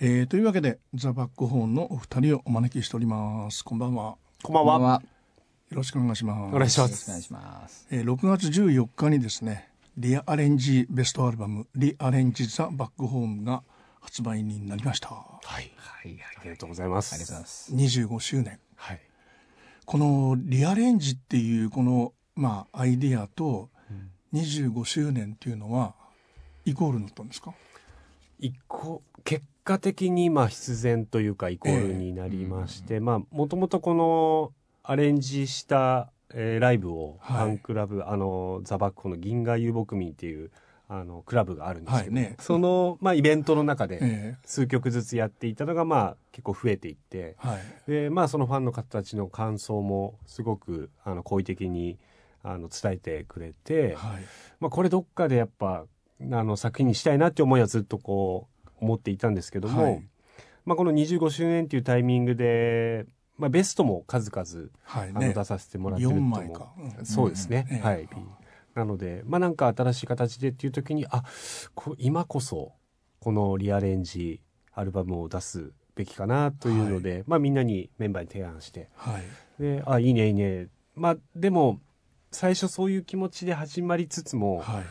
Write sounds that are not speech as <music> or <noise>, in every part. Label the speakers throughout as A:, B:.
A: えー、というわけで、ザ・バックホーンのお二人をお招きしております。こんばんは。
B: こんばん
C: こんばん
B: は。
C: は。
A: よろしくお願いします。
B: お願いしま
C: お願い
B: す。
C: します。
A: えー6月14日にですねリアアレンジベストアルバム「リアレンジ・ザ・バック・ホーム」が発売になりました
B: はい。はい。ありがとうございます。
C: ありがとうございます。
A: 25周年
B: はい。
A: このリアレンジっていうこのまあアイディアと25周年っていうのはイコールだったんですか
B: イコ結果的にまあ必然というかイコールになりまして、まあもともとこのアレンジした、えーライブをフ
A: はい
B: ァンクラブ、あのザ・バックホの銀河遊牧民っていうあのクラブがあるんですけど、
A: はいね
B: その、まあ、イベントの中で
A: え
B: 数曲ずつやっていたのが、まあ、結構増えていって
A: えはい
B: で、まあ、そのファンの方たちの感想もすごくあの好意的にあの伝えてくれて、
A: はい
B: まあ、これどっかでやっぱあの作品にしたいなって思いはずっとこう思っていたんですけども、
A: はい
B: まあ、この25周年っていうタイミングで、まあ、ベストも数々
A: はい
B: あの
A: ね
B: 出させてもらってるっ
A: 4
B: ていうのも
A: 枚か、うん
B: そうですね、
A: うんええ
B: はいなのでまあなんか新しい形でっていう時にあこ今こそこのリアレンジアルバムを出すべきかなというので、まあ、みんなにメンバーに提案して
A: はい
B: であいいねいいねまあでも最初そういう気持ちで始まりつつも、
A: はい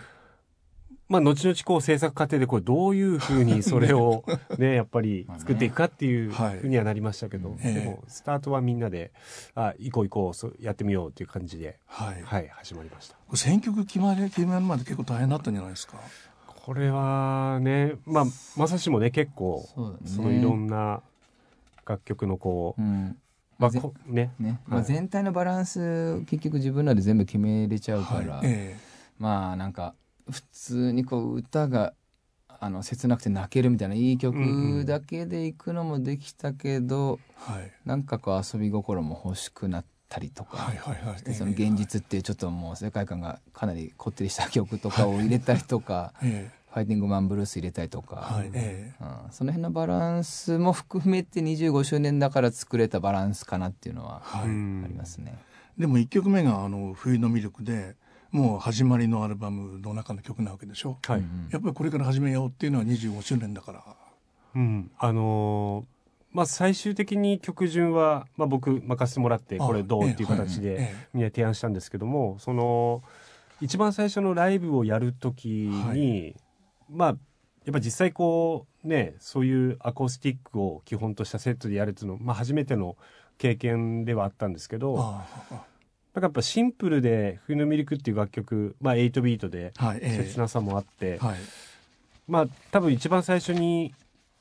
B: まあ、後々こう制作過程でこれどういうふう
A: <laughs>
B: にそれをねやっぱり作っていくかっていう
A: まあね
B: ふうにはなりましたけど、
A: ええ
B: でもスタートはみんなであ行こう行こうそうやってみようっていう感じで、
A: はい、
B: はい、始まりました
A: これ選曲決まり決まるまで結構大変だったんじゃないですか
B: これはねまあまさしもね結構
C: そうだね。
B: そのいろんな楽曲のこう、
C: うん。
B: まあ
C: ぜ
B: こね
C: ね、ま
B: は
C: あ、
B: い
C: 全体のバランス結局自分らで全部決めれちゃうから、
A: はいえ
C: まあなんか普通にこう歌があの切なくて泣けるみたいないい曲だけでいくのもできたけど、
A: えはい
C: なんかこう遊び心も欲しくなったりとか、
A: はいはいはい
C: でその現実っていうちょっともう世界観がかなりこってりした曲とかを入れたりとか
A: ええ
C: 「ファイティングマンブルース」入れたりとか、
A: はいええ
C: うん、その辺のバランスも含めて25周年だから作れたバランスかなっていうのはあ
A: はい
B: うん
C: りますね。
A: でも1曲目があの「冬のミルク」でもう始まりのアルバムの中の曲なわけでしょ、
B: はい、
C: うん
A: やっぱりこれから始めようっていうのは25周年だから
B: うん、あのーまあ最終的に曲順は、まあ、僕任せてもらって
A: あ
B: これどうっていう形で、
A: ええ
B: みんな提案したんですけどもその一番最初のライブをやるときに、
A: は
B: まあやっぱ実際こうねそういうアコースティックを基本としたセットでやるっていうのまあ、初めての経験ではあったんですけどなんか
A: ああ
B: やっぱシンプルで「冬のミルク」っていう楽曲、まあ、8ビートで
A: ああはいえ
B: 切なさもあって、
A: えはい
B: まあ多分一番最初に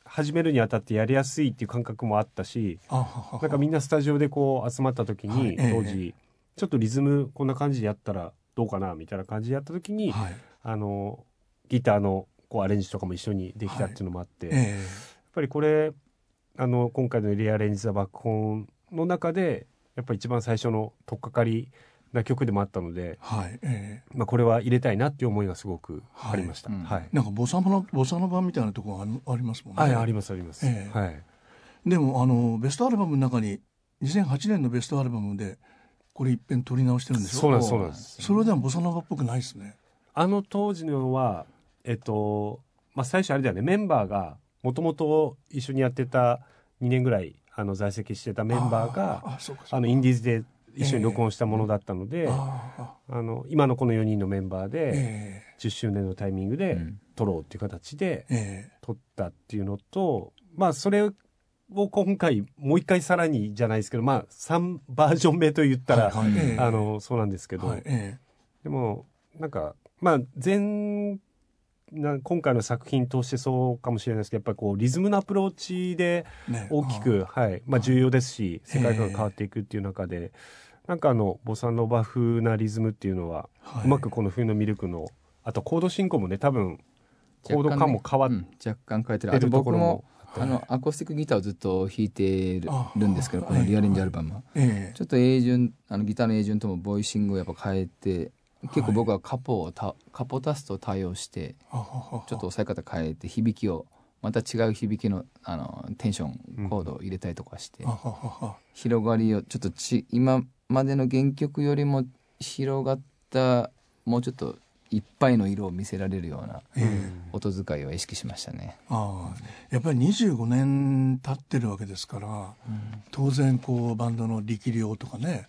B: 始めるにあたってやりやすいっていう感覚もあったし、
A: ああ
B: なんかみんなスタジオでこう集まった時に、
A: はい
B: 当
A: え
B: 時、ちょっとリズムこんな感じでやったらどうかなみたいな感じでやった時に、
A: はい
B: あのギターのこうアレンジとかも一緒にできたっていうのもあって、やっ
A: え
B: ぱりこれあの今回の「リアレンジ・ザ・バックホーン」の中でやっぱり一番最初の取っかかりな曲でもあったので
A: え、はいえ
B: まあ、これは入れたいなっていう思いがすごくありました。
C: は
B: はいい、
C: うん
B: はい
A: えなんかボサノボサノバみたいなところがあのありますもんね
B: ありますあります、
A: ええ
B: はい
A: でもあのベストアルバムの中に2008年のベストアルバムでこれ一遍取り直してるんでしょ
B: そうなんですそうなんです
A: それでもボサノバっぽくないですね
B: あの当時のは、えっと、まあ、最初あれだよね、メンバーが、もともと一緒にやってた2年ぐらい、あの、在籍してたメンバーが、あ
A: ああそうかそうか
B: の、インディーズで一緒に録音したものだったので、
A: ああ
B: あの、今のこの4人のメンバーで、
A: え
B: 10周年のタイミング
C: う
B: で
C: ん
B: 撮ろうっていう形で
A: ええ
B: 撮ったっていうのと、まあ、それを今回、もう一回さらにじゃないですけど、まあ、3バージョン目と言ったら、
A: はいはいええ
B: あの、そうなんですけ
A: え
B: ど、
A: はいえ
B: でもなんかまあ前な今回の作品通してそうかもしれないですけどやっぱりこうリズムのアプローチで
A: えね
B: 大き
A: あ
B: く、はいまあ、重要ですし
A: ええ
B: 世界観が変わっていくっていう中で、なんかあのボサノバ風なリズムっていうのは、
A: はいう
B: まくこの「冬のミルクの」あとコード進行もね多分コード
C: 若干ね
B: 感も変わっ
C: うん若干変えてる
B: て
C: あと
B: ると
C: 僕
B: ころ
C: も
B: も
C: あのアコースティックギターをずっと弾いてる
A: あ
C: んですけどこのリアレンジアルバムは
A: え
C: ちょっと A 順あのギターの A 順ともボイシングをやっぱ変えて結構僕はカポをたカポタストを対応して
A: えははは
C: ちょっと押さえ方変えて響きをまた違う響きのあのテンションコードを入れたりとかして
A: あははは
C: 広がりをちょっとち今までの原曲よりも広がったもうちょっといっぱいの色を見せられるような
A: ええ
C: 音遣いは意識しましたね。
A: ああやっぱり25年経ってるわけですから当然こうバンドの力量とかね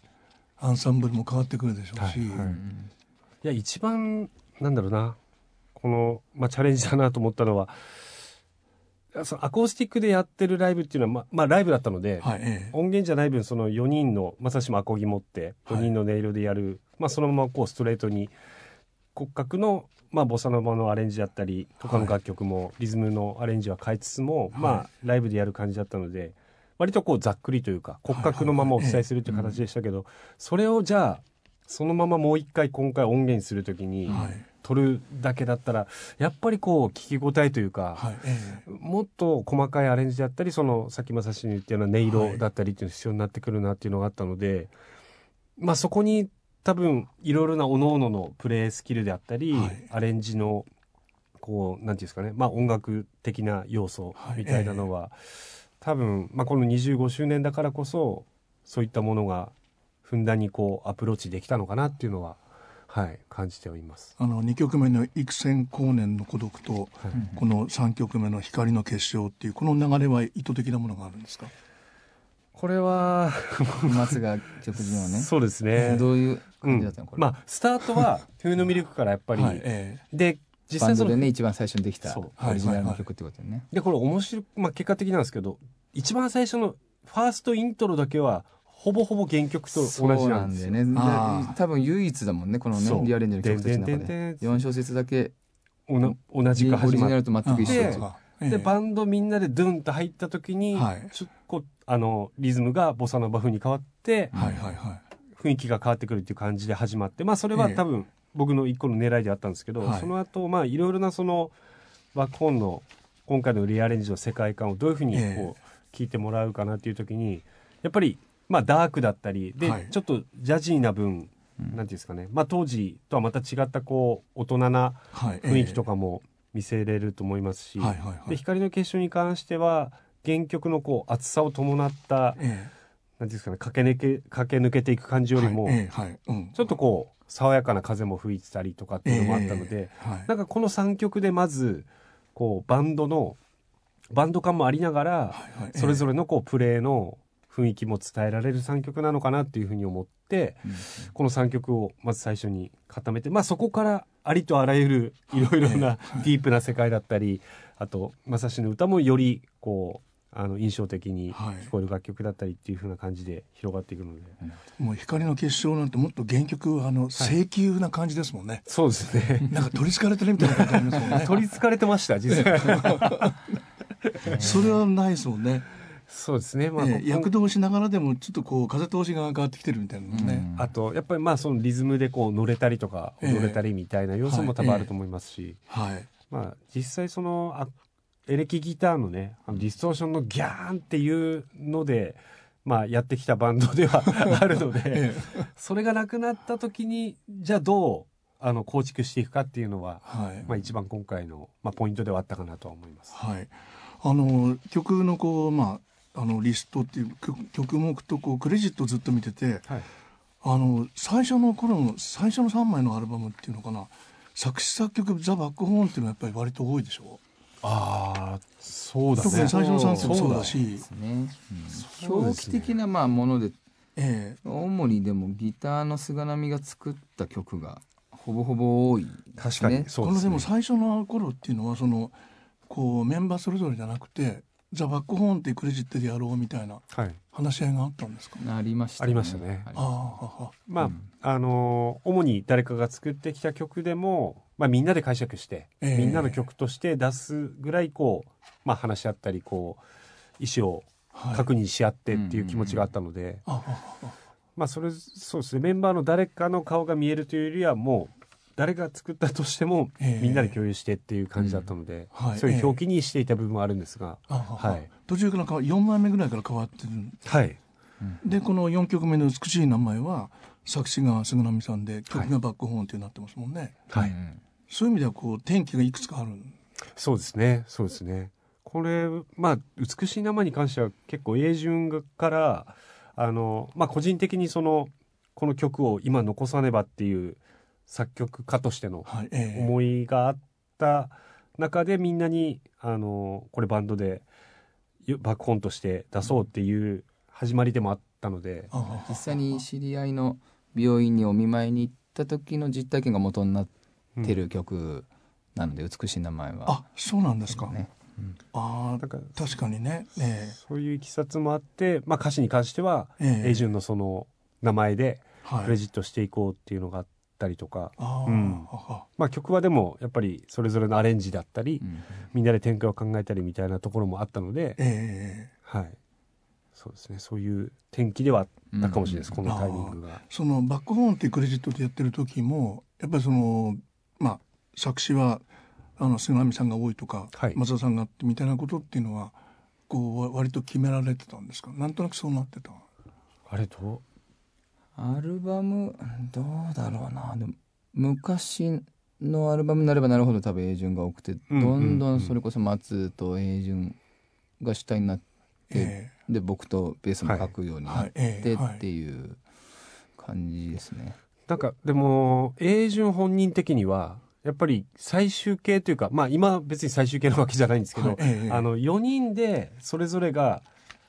A: アンサンブルも変わってくるでしょうし、
B: はいは
C: う
B: い
C: ん
B: いや一番なんだろうなこの、まあ、チャレンジだなと思ったのはそのアコースティックでやってるライブっていうのは、まあまあ、ライブだったので、
A: はいええ
B: 音源じゃない分その4人のまさしもアコギ持って
A: はい
B: 4人の音色でやる、まあ、そのままこうストレートに骨格の、まあ、ボサノバのアレンジだったり他の
A: はい
B: 楽曲もリズムのアレンジは変えつつも、まあ、ライブでやる感じだったので割とこうざっくりというか骨格のままお伝えするという形でしたけど、それをじゃあそのままもう一回今回音源にするときに
A: はい
B: 撮るだけだったらやっぱりこう聞き応えというか、
A: はいええ
B: もっと細かいアレンジだったりそのさっきまさしに言ったような音色だったりっていうのが必要になってくるなっていうのがあったので、まあそこに多分いろいろな各々のプレイスキルであったり、
A: はい
B: アレンジのこうなんていうんですかね、まあ、音楽的な要素みたいなのは、多分、まあ、この25周年だからこそそういったものがふんだんにこうアプローチできたのかなっていうのは、はい、感じております。
A: あの2曲目の「幾千光年の孤独」と
B: はい
A: この3曲目の「光の結晶」っていうこの流れは意図的なものがあるんですか
B: これは、
C: 松が曲順をね。
B: そうですね。
C: どういう
B: う
C: 感じだ
B: ん
C: ったのこれ。
B: まあスタート
C: <laughs>
B: は「冬のミルク」からやっぱり、
A: はいえ
B: で実
C: バ
B: 際
C: ン
B: そ
C: ド
B: の
C: でね一番最初にできた
B: そう
A: はい
C: オリジナルの曲ってことね。
B: でこれ面白い、まあ、結果的なんですけど一番最初のファーストイントロだけはほぼほぼ原曲と同じなんですよ。
C: そうなんだよ
A: あ
C: ね
A: ー
C: 多分唯一だもんねこのね
B: そう
C: リアレンジの曲たちの中
B: でんでんでん
C: で
B: でん
C: 4小節だけ
B: おな同
C: オ
B: じ
C: リ
B: く始
C: ジ
B: ま
C: ナ
B: っ
C: ルと全く一緒
B: で
C: とか
B: てで
A: ン
B: バンドみんなでドゥンと入った時に、
A: はい
B: ちょこうあのリズムがボサノバ風に変わって
A: はいはいはい
B: 雰囲気が変わってくるっていう感じで始まってまあそれは
A: ええ
B: 多分僕の一個の狙いであったんですけど、
A: はい
B: その後まあいろいろなそのバックホーンの今回のリアレンジの世界観をどういうふうに
A: ええ
B: こう聞いてもらうかなっていう時にやっぱりまあダークだったりで、
A: はい
B: ちょっとジャジーな分なんていうんですかね、まあ、当時とはまた違ったこう大人な
A: はい
B: 雰囲気と
A: か
B: かも見せれると思いますし、
A: はいはいは
B: で
A: い
B: 光の結晶に関しては原曲のこう厚さを伴った
A: え
B: なんていうんですかね駆け抜け駆け抜けていく感じ
A: え
B: よりも、
A: はいええはいうん
B: ちょっとこう爽やかな風も吹いてたりとかっていうのもあったので、
A: ええはい
B: なんかこの3曲でまずこうバンドのバンド感もありながら
A: はいはい
B: それぞ
A: れ
B: れのこうプレーの雰囲気も伝えられる3曲なのかなっていうふうに思って
C: うん
B: この3曲をまず最初に固めて、まあ、そこからありとあらゆ
A: <laughs>
B: るいろいろなディープな世界だったりあとまさしの歌もよりこうあの印象的に聞こえる楽曲だったりっていうふうな感じで広がっていくので。
A: もう光の結晶なんてもっと原曲はあの請求な感じですもんね、
B: そうですね
A: なんか取り憑かれてるみたいな感じありますもん
B: <laughs>
A: ね
B: 取りつかれてました実際
A: それはないですもんね、
B: そうですねまあ、
A: ええ
B: ここ
A: 躍動しながらでもちょっとこう風通しが変わってきてるみたいなのもね、
B: あとやっぱりまあそのリズムでこう乗れたりとか
A: ええ
B: 踊れたりみたいな要素も多分あると思いますし、
A: はい
B: まあ実際そのあエレキギターのねあのディストーションのギャーンっていうのでまあやってきたバンドでは <laughs> あるので
A: え
B: それがなくなった時にじゃあどうあの構築していくかっていうのは、
A: はい、
B: まあ、一番今回の、まあ、ポイントではあったかなとは思います。
A: はい、あの曲のこう、まあ、あのリストっていう曲曲目とこうクレジットをずっと見てて
B: はい
A: あの最初の頃の最初の3枚のアルバムっていうのかな作詞作曲ザ・バックホーンっていうのはやっぱり割と多いでしょ
B: ああそうだ
A: 特に
B: ね。
A: 最初の3曲もそうだし
C: ですね。うん
B: そうで
C: 表
B: す
C: 記
B: ね
C: 的なまあもので
A: え
C: 主にでもギターの菅波が作った曲がほぼほぼ多いで
B: 確
C: す
B: かに、
C: ね。
A: え
B: そう
A: こ
B: で
A: の
B: す
A: で
B: ね
A: も。最初の頃っていうのはそのこうメンバーそれぞれじゃなくてザ・バックホーンっていうクレジットでやろうみたいな
B: はい。
A: 話し合いがあったんですか
C: ありました
B: ありましたね
C: あり
A: ああは
B: まあ、
C: うん
B: あのー主に誰かが作ってきた曲でも、まあ、みんなで解釈して、
A: ええ
B: みんなの曲として出すぐらいこう、まあ、話し合ったりこう意思を
A: ははい
B: 確認し合ってっていう気持ちがあったので、
A: あああ
B: まあ、それそうですねメンバーの誰かの顔が見えるというよりはもう誰が作ったとしても、
A: ええ
B: みんなで共有してっていう感じだったので、
A: うんはい
B: そういう
A: ええ
B: 表記にしていた部分もあるんですが、
A: あああ
B: はい
A: 途中から4枚目ぐらいから変わってる
B: はい
A: でこの4曲目の「美しい名前は」作詞が菅波さんで曲がバックホーンってなってますもんね、
B: はい、
C: うん
A: そういう意味ではこう天気がいくつかある
B: そうですね、そうですね。これ、まあ、美しい生に関しては結構英順から、あの、まあ、個人的にその、この曲を今残さねばっていう、作曲家としての
A: はい、ええ
B: 思いがあった中でみんなにあのこれバンドでよバックホーンとして出そうっていう始まりでもあったので、
A: ああ
C: 実際に知り合いの病院にお見舞いに行った時の実体験が元になってる曲なので、美しい名前は。
A: あ、そうなんですか。
C: ね
A: あ
B: なんか
A: あ、確かにね。え
B: そういういきさつもあって、まあ、歌詞に関しては
A: えええ
B: 英順のその名前で
A: は
B: クレジットしていこうっていうのがあったりとか、
A: ああ、
B: うん
A: あ
B: まあ、曲はでもやっぱりそれぞれのアレンジだったり、
C: うん
B: みんなで展開を考えたりみたいなところもあったので、
A: ええ
B: はい、そうですねそういう転機ではあったかもしれないです、
C: うん
B: このタイミングが。
A: そのバックホーンっていうクレジットでやってる時も、やっぱりその、まあ、作詞は、あの、菅波さんが多いとか、
B: はい
A: 松田さんがあってみたいなことっていうのは、こう、わ割と決められてたんですかなんとなくそうなってた。
B: あれど
C: アルバムどうだろうなでも昔のアルバムになればなるほど多分英順が多くて、
B: うん
C: どんどんそれこそ松と英順が主体になって、
A: え
C: で僕とベースも書くよう
A: え
C: にな
A: は
C: っ
A: い、ええ
C: て
A: は
C: っ
A: い
C: ていう感じですね。
B: なんかでも英順本人的にはやっぱり最終形というかまあ今別に最終形なわけじゃないんですけど、
A: はいええ
B: あの4人でそれぞれが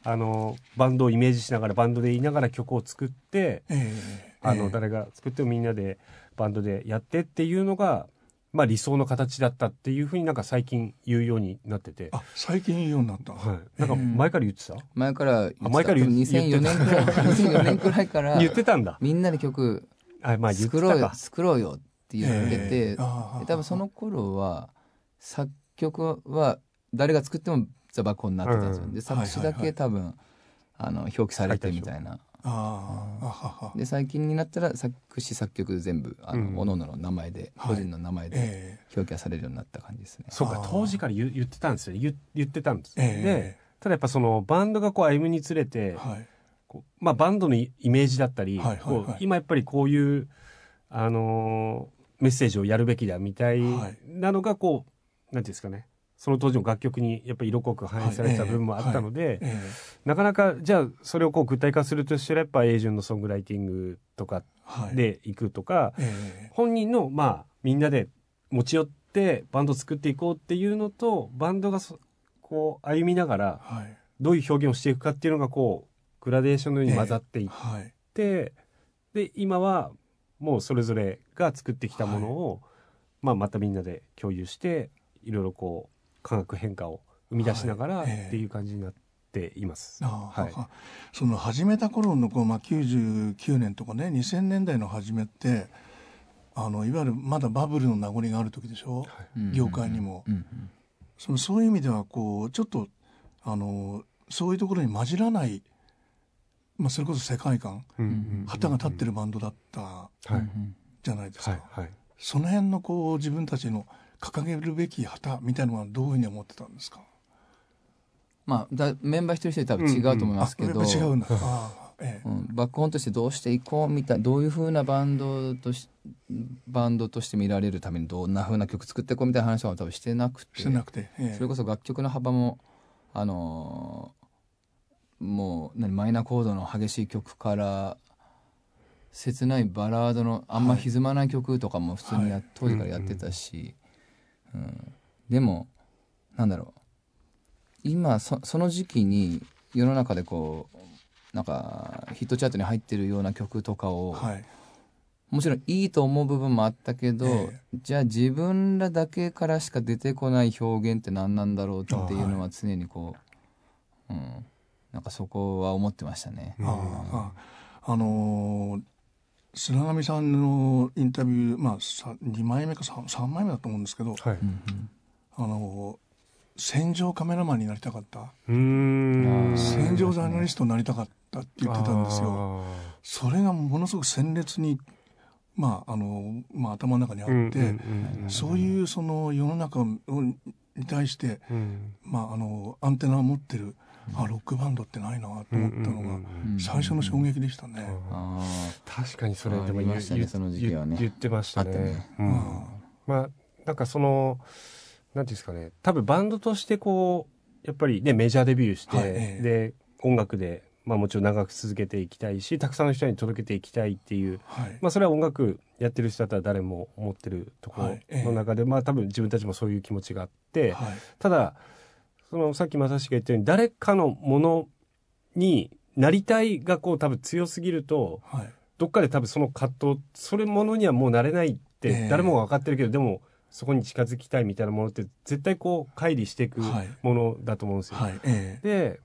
B: あのバンドをイメージしながらバンドでいながら曲を作って
A: ええ
B: あ
A: え
B: の
A: え
B: 誰が作ってもみんなでバンドでやってっていうのが、まあ、理想の形だったっていうふうになんか最近言うようになってて、
A: あ、最近言うようになった。
B: はい、なんか前から言ってた、
C: 前から言ってた
B: あ前から言う
C: 多分2004年くらい2004年くらいから
B: 言ってたんだ
C: みんなで曲
B: あまあ言って
C: 作ろ
B: た
C: うよ
B: か
C: 作ろうよって言ってて、
A: ええああ
C: で多分その頃は作曲は誰が作ってもザ・バッコになってたんですよ、
B: うん
C: で作詞だけ多分、あの表記されてみたいな
A: ああ、あはは。
C: で最近になったら作詞作曲全部あの、
B: うん
C: 各々の名前で個人の名前で
A: え
C: 表記はされるようになった感じですね、
B: そうか
A: あー
B: 当時から言言ってたんですよ言言ってたんです、
A: ええ
B: でただやっぱそのバンドがこう歩むにつれ
A: え
B: て、
A: はい。
B: こうまあ、バンドのイイメージだったり、
A: はいはいはい
B: こう今やっぱりこういう、あのーメッセージをやるべきだみたい
A: はい
B: なのがこう、なんていうんですかねその当時の楽曲にやっぱり色濃く反映されてた
A: はい
B: 部分もあったので、
A: ええ
B: なかなかじゃあそれをこう具体化するとしたらやっぱ英順のソングライティングとか
A: はい。
B: でいくとか、
A: え
B: 本人のまあみんなで持ち寄ってバンド作っていこうっていうのとバンドがそこう歩みなが
A: え
B: ら
A: はい。
B: どういう表現をしていくかっていうのがこうグラデーションのように混ざっていっ
A: はい。
B: て、で今はもうそれぞれが作ってきたものを、まあ、またみんなで共有していろいろこう化学変化を生み出しながら
A: はいええ
B: っていう感じになっています。
A: ああ
B: はい
A: あその始めた頃のこう、まあ、99年とかね2000年代の初めってあのいわゆるまだバブルの名残がある時でしょ、
C: うん
A: 業界にも、
C: うんうん
A: そのそういう意味ではこうちょっとあのそういうところに混じらない、まあ、それこそ世界観
B: うん
C: うん
A: 旗が立ってるバンドだった
B: は
C: う
B: い
C: んうん
A: じゃないですか、
B: はいはい
A: その辺のこう自分たちの掲げるべき旗みたいなのはどういうふうに思ってたんですか
C: まあだメンバー一人一人多分違うと思い
A: あ
C: ますけど、
A: やっぱ違
C: <laughs>
A: うんだああええ
C: うん、バックホーンとしてどうしていこうみたいどういうふうなバンドとしバンドとして見られるためにどんなふうな曲作っていこうみたいな話は多分してなくて
A: してなくて、ええ
C: それこそ楽曲の幅もあのーもう何マイナーコードの激しい曲から切ないバラードのあんま歪まない曲とかも普通にや、
A: はい
C: 当時からやってたし、うんでもなんだろう今そその時期に世の中でこうなんかヒットチャートに入ってるような曲とかを、
A: はい
C: もちろんいいと思う部分もあったけど、
A: え
C: じゃあ自分らだけからしか出てこない表現って何なんだろうっていうのは常にこう、うん、なんかそこは思ってましたね。
A: あああのー菅波さんのインタビュー、まあ、さ2枚目か 3, 三枚目だと思うんですけど、
B: はい
C: うん
A: あのー戦場カメラマンになりたかった、
B: うーん
C: あー
A: 戦場ジャーナリストになりたかったって言ってたんですよ。
B: あー
A: それがものすごく鮮烈に、まああのーまあ、頭の中にあって、そう
B: う
A: いうその世の中をに対して、
B: ん
A: まあ、あのアンテナを持ってる、あロックバンドってないなと思ったのが、
C: うん
A: 最初の衝撃でしたね。
C: あ
B: 確かにそれでも
C: ありましたね
B: 言う
C: その時期はね
B: 言ってましたね
C: あったね
B: う
A: うんん
B: まあなんかそのなんていうんですかね多分バンドとしてこうやっぱりねメジャーデビューして、
A: はいええ
B: で音楽でまあ、もちろん長く続けていきたいしたくさんの人に届けていきたいっていう、
A: はい
B: まあ、それは音楽やってる人だったら誰も思ってるとこ
A: は
B: ろ
A: いええ
B: の中で、まあ、多分自分たちもそういう気持ちがあって、
A: はい
B: ただそのさっき正しが言ったように誰かのものになりたいがこう多分強すぎると
A: はい
B: どっかで多分その葛藤それものにはもうなれないっ
A: ええ
B: て誰もが分かってるけど、でもそこに近づきたいみたいなものって絶対こう乖離していく
A: はい
B: ものだと思うんですよ。
A: はいええ
B: で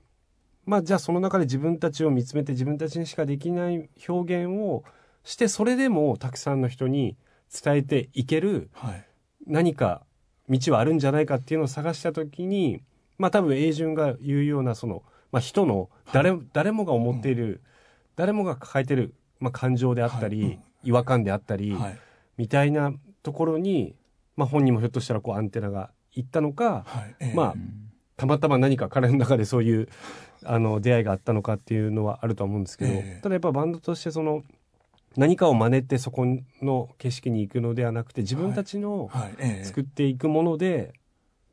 B: まあじゃあその中で自分たちを見つめて自分たちにしかできない表現をしてそれでもたくさんの人に伝えていける
A: はい
B: 何か道はあるんじゃないかっていうのを探した時にまあ多分永順が言うようなその、まあ、人の誰,、誰もが思っている、誰もが抱えてる、まあ、感情であったり、
A: はいうん
B: 違和感であったり、
A: はい
B: みたいなところに、まあ、本人もひょっとしたらこうアンテナがいったのか、
A: はいええ
B: まあ
C: うん
B: たまたま何か彼の中でそういうあの出会いがあったのかっていうのはあるとは思うんですけど、
A: ええ
B: ただやっぱバンドとしてその何かを真似てそこの景色に行くのではなくて自分たちの
A: はいええ
B: 作っていくもので、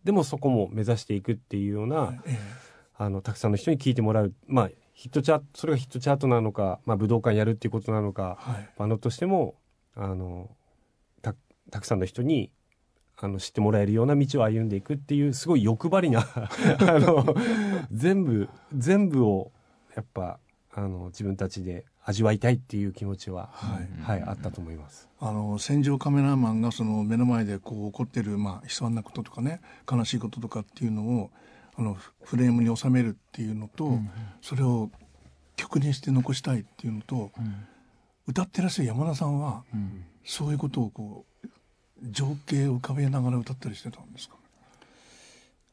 B: でもそこも目指していくっていうような、
A: はいえ
B: あのたくさんの人に聞いてもらうまあヒットチャートそれがヒットチャートなのか、まあ、武道館やるっていうことなの
A: え
B: か
A: はい
B: バンドとしてもあのたたくさんの人にあの知ってもらえるような道を歩んでいくっていうすごい欲張りな <laughs> あの全部全部をやっぱあの自分たちで味わいたいっていう気持ちは、
A: はい
B: はい、あったと思います。
A: あの戦場カメラマンがその目の前でこう起こってる、まあ、悲惨なこととかね悲しいこととかっていうのをあのフフレームに収めるっていうのと、それを曲にして残したいっていうのと、歌ってらっしゃる山田さんは、そういうことをこう情景を浮かべながら歌ったりしてたんですか、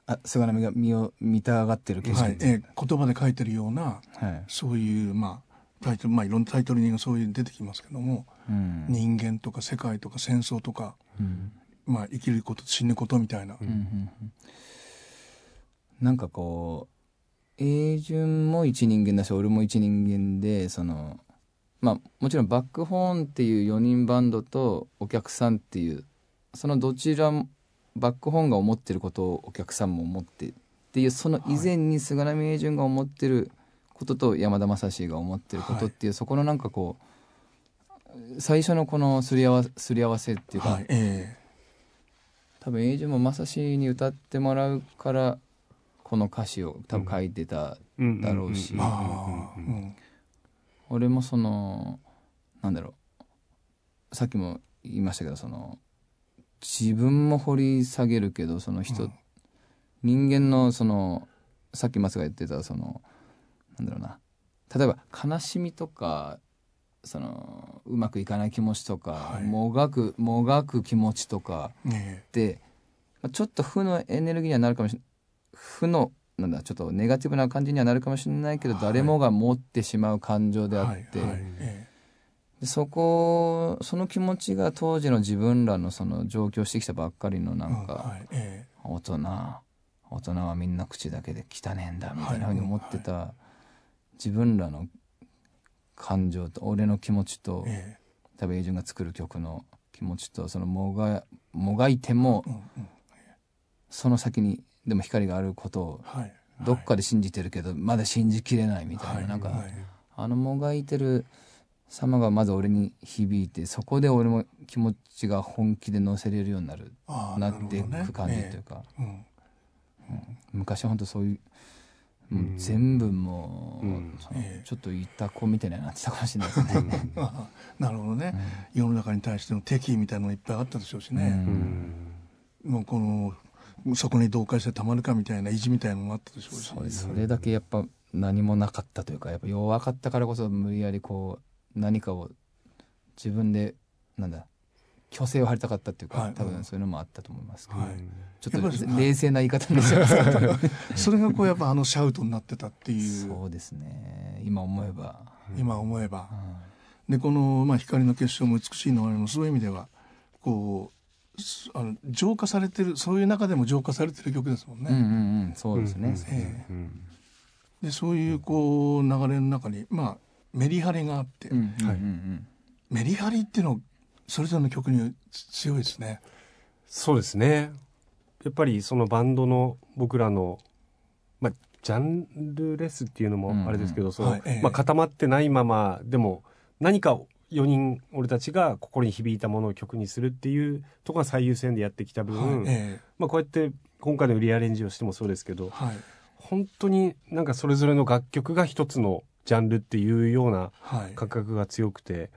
C: あ菅波が見を見たがってる景色
A: はい
C: です
A: えー言葉で書いてるような
C: はい
A: そういう、まあ、タイトル、まあ、いろんなタイトルにそういうの出てきますけども、
C: うん
A: 人間とか世界とか戦争とか、
C: うん
A: まあ、生きること死ぬことみたいな。
C: うんうんうんなんかこう英順も一人間だし俺も一人間でそのまあもちろんバックホーンっていう4人バンドとお客さんっていうそのどちらもバックホーンが思ってることをお客さんも思ってっていうその以前に菅波英順が思ってることと山田正史が思ってることっていう、そこのなんかこう最初のこのすり合わせすり合わせっていうか、
A: はい、え
C: 多分エイジもまさしに歌ってもらうからこの歌詞を多分書いてた、だろうし
A: え
B: ん
A: ま
B: ん
A: あ、うん
B: ん
C: 俺もそのなんだろうさっきも言いましたけどその自分も掘り下げるけどその人、
A: うん
C: 人間のそのさっき松が言ってたそのなんだろうな例えば悲しみとかそのうまくいかない気持ちとか、
A: はい
C: もがくもがく気持ちとか、
A: ね
C: って、まあ、ちょっと負のエネルギーにはなるかもしれない負のなんだちょっとネガティブな感じにはなるかもしれないけど、
A: はい
C: 誰もが持ってしまう感情
A: え
C: であって、
A: はいはいえ
C: でそこその気持ちが当時の自分らのその上京してきたばっかりの
A: え
C: なん
A: う
C: か、
A: はいえ
C: 大人大人はみんな口だけで汚ねえんだみたいなふうに思ってた自分らの感情と俺の気持ちと
A: ええ
C: 多分英順が作る曲の気持ちとそのもがもがいても
A: えうんうん
C: その先にでも光があることを
A: はい
C: どっかで信じてるけど、まだ信じきれないみたいな、
A: はい
C: なんか、
A: はい
C: あのもがいてる様がまず俺に響いてそこで俺も気持ちが本気で乗せれるようになる
A: ああ
C: なってい
A: るほどね
C: く感じという
A: え
C: か、
A: えうん
C: 昔は本当そういう。もううん全部もう、
B: うん
C: その
A: ええ
C: ちょっといた子みたいになってたかもしれないですね。
A: ああなるほどね、世の中に対しての敵意みたいなのいっぱいあったでしょうし
C: う
A: ね、
B: うんん
A: もうこのそこに同化してたまるかみたいな意地みたいなのもあったでしょうし
C: そうですそれだけやっぱ何もなかったというかやっぱ弱かったからこそ無理やりこう何かを自分でなんだ虚勢を張りたかったっていうか、
A: はい
C: 多分そういうのもあったと思いますけど、
A: はい
C: ちょ
A: や
C: っ
A: っぱ
C: と
A: り
C: 冷静な言い方になっちゃいましたけど
A: それがこうやっぱあのシャウトになってたっていう
C: そうですね今思えば、
A: 今思えば
C: う、ん
A: でこの、まあ、光の結晶も美しいのはもそういう意味ではこうすあの浄化されてるそういう中でも浄化されてる曲ですもん
C: うん
A: ね、
C: うんうんそうですね、
B: うん
A: え
B: うん
A: えでそういうこう流れの中に、まあ、メリハリがあって、
C: うんうんうんうん
B: はい
A: メリハリっていうのそれぞれの曲につ強いですね。
B: そうですねやっぱりそのバンドの僕らの、まあ、ジャンルレスっていうのもあれですけど、その
A: はいええ
B: まあ、固まってないままでも何か4人俺たちが心に響いたものを曲にするっていうところが最優先でやってきた分、
A: はいえ
B: まあ、こうやって今回のリアレンジをしてもそうですけど
A: えはい
B: 本当になんかそれぞれの楽曲が一つのジャンルっていうような
A: はい
B: 感覚が強くて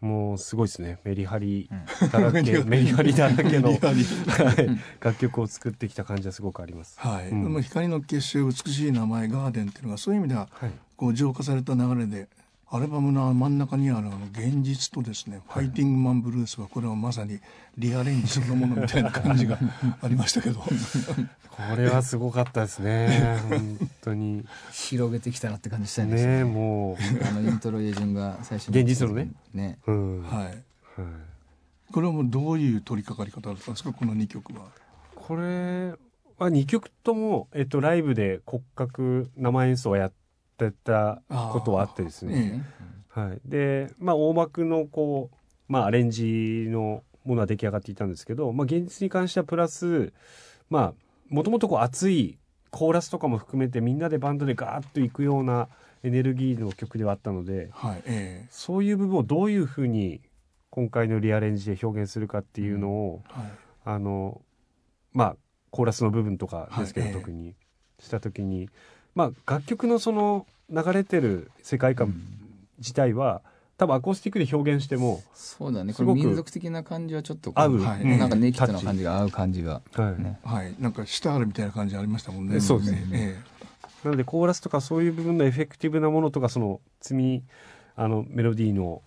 B: もうすごいですねメリハリだらけ、
A: うん
B: <laughs> メリハリだらけの、
A: メリハリ
B: はい楽曲を作ってきた感じはすごくあります。
A: はい、
B: うん
A: でも光の結集美しい名前ガーデンっていうのがそういう意味では
B: はい
A: こう浄化された流れでアルバムの真ん中にあるあの現実とですね、ファイティングマンブルースはこれはまさにリアレンジそのものみたいな感じがありましたけど
B: これはすごかったですね。本当に。
C: 広げてきたなって感じしたんですよ
B: ねえ、も
C: あのイントロ家順が最初
B: 現実のね
C: ね
B: う。うん。はい。
A: はいこれはもうどういう取り掛かり方だったんですかこの2曲は。
B: これは二曲とも、えっと、ライブで骨格生演奏をやってたことはあってですね。
A: ええ
B: はい。で、まあ、大幕のこう、まあ、アレンジのものは出来上がっていたんですけど、まあ、現実に関してはプラス、まあ、もともとこう熱いコーラスとかも含めてみんなでバンドでガーッといくようなエネルギーの曲ではあったので、
A: はいええ
B: そういう部分をどういうふうに今回のリアレンジで表現するかっていうのを、
A: はい
B: あのまあコーラスの部分とかですけど、
A: はい
B: 特にした時に、まあ、楽曲のその流れてる世界観自体は、多分アコースティックで表現しても、
C: そうだね。
B: す
C: こ
B: ご
C: れ
B: く
C: 民族的な感じはちょっと
B: 合う
C: はいなんか
A: うん
C: ネイキッドな感じが合う感じが。ね
A: はい、なんかシタールみたいな感じありましたもんね。
B: そうですね
A: え
B: なのでコーラスとかそういう部分のエフェクティブなものとかその積みあのメロディーの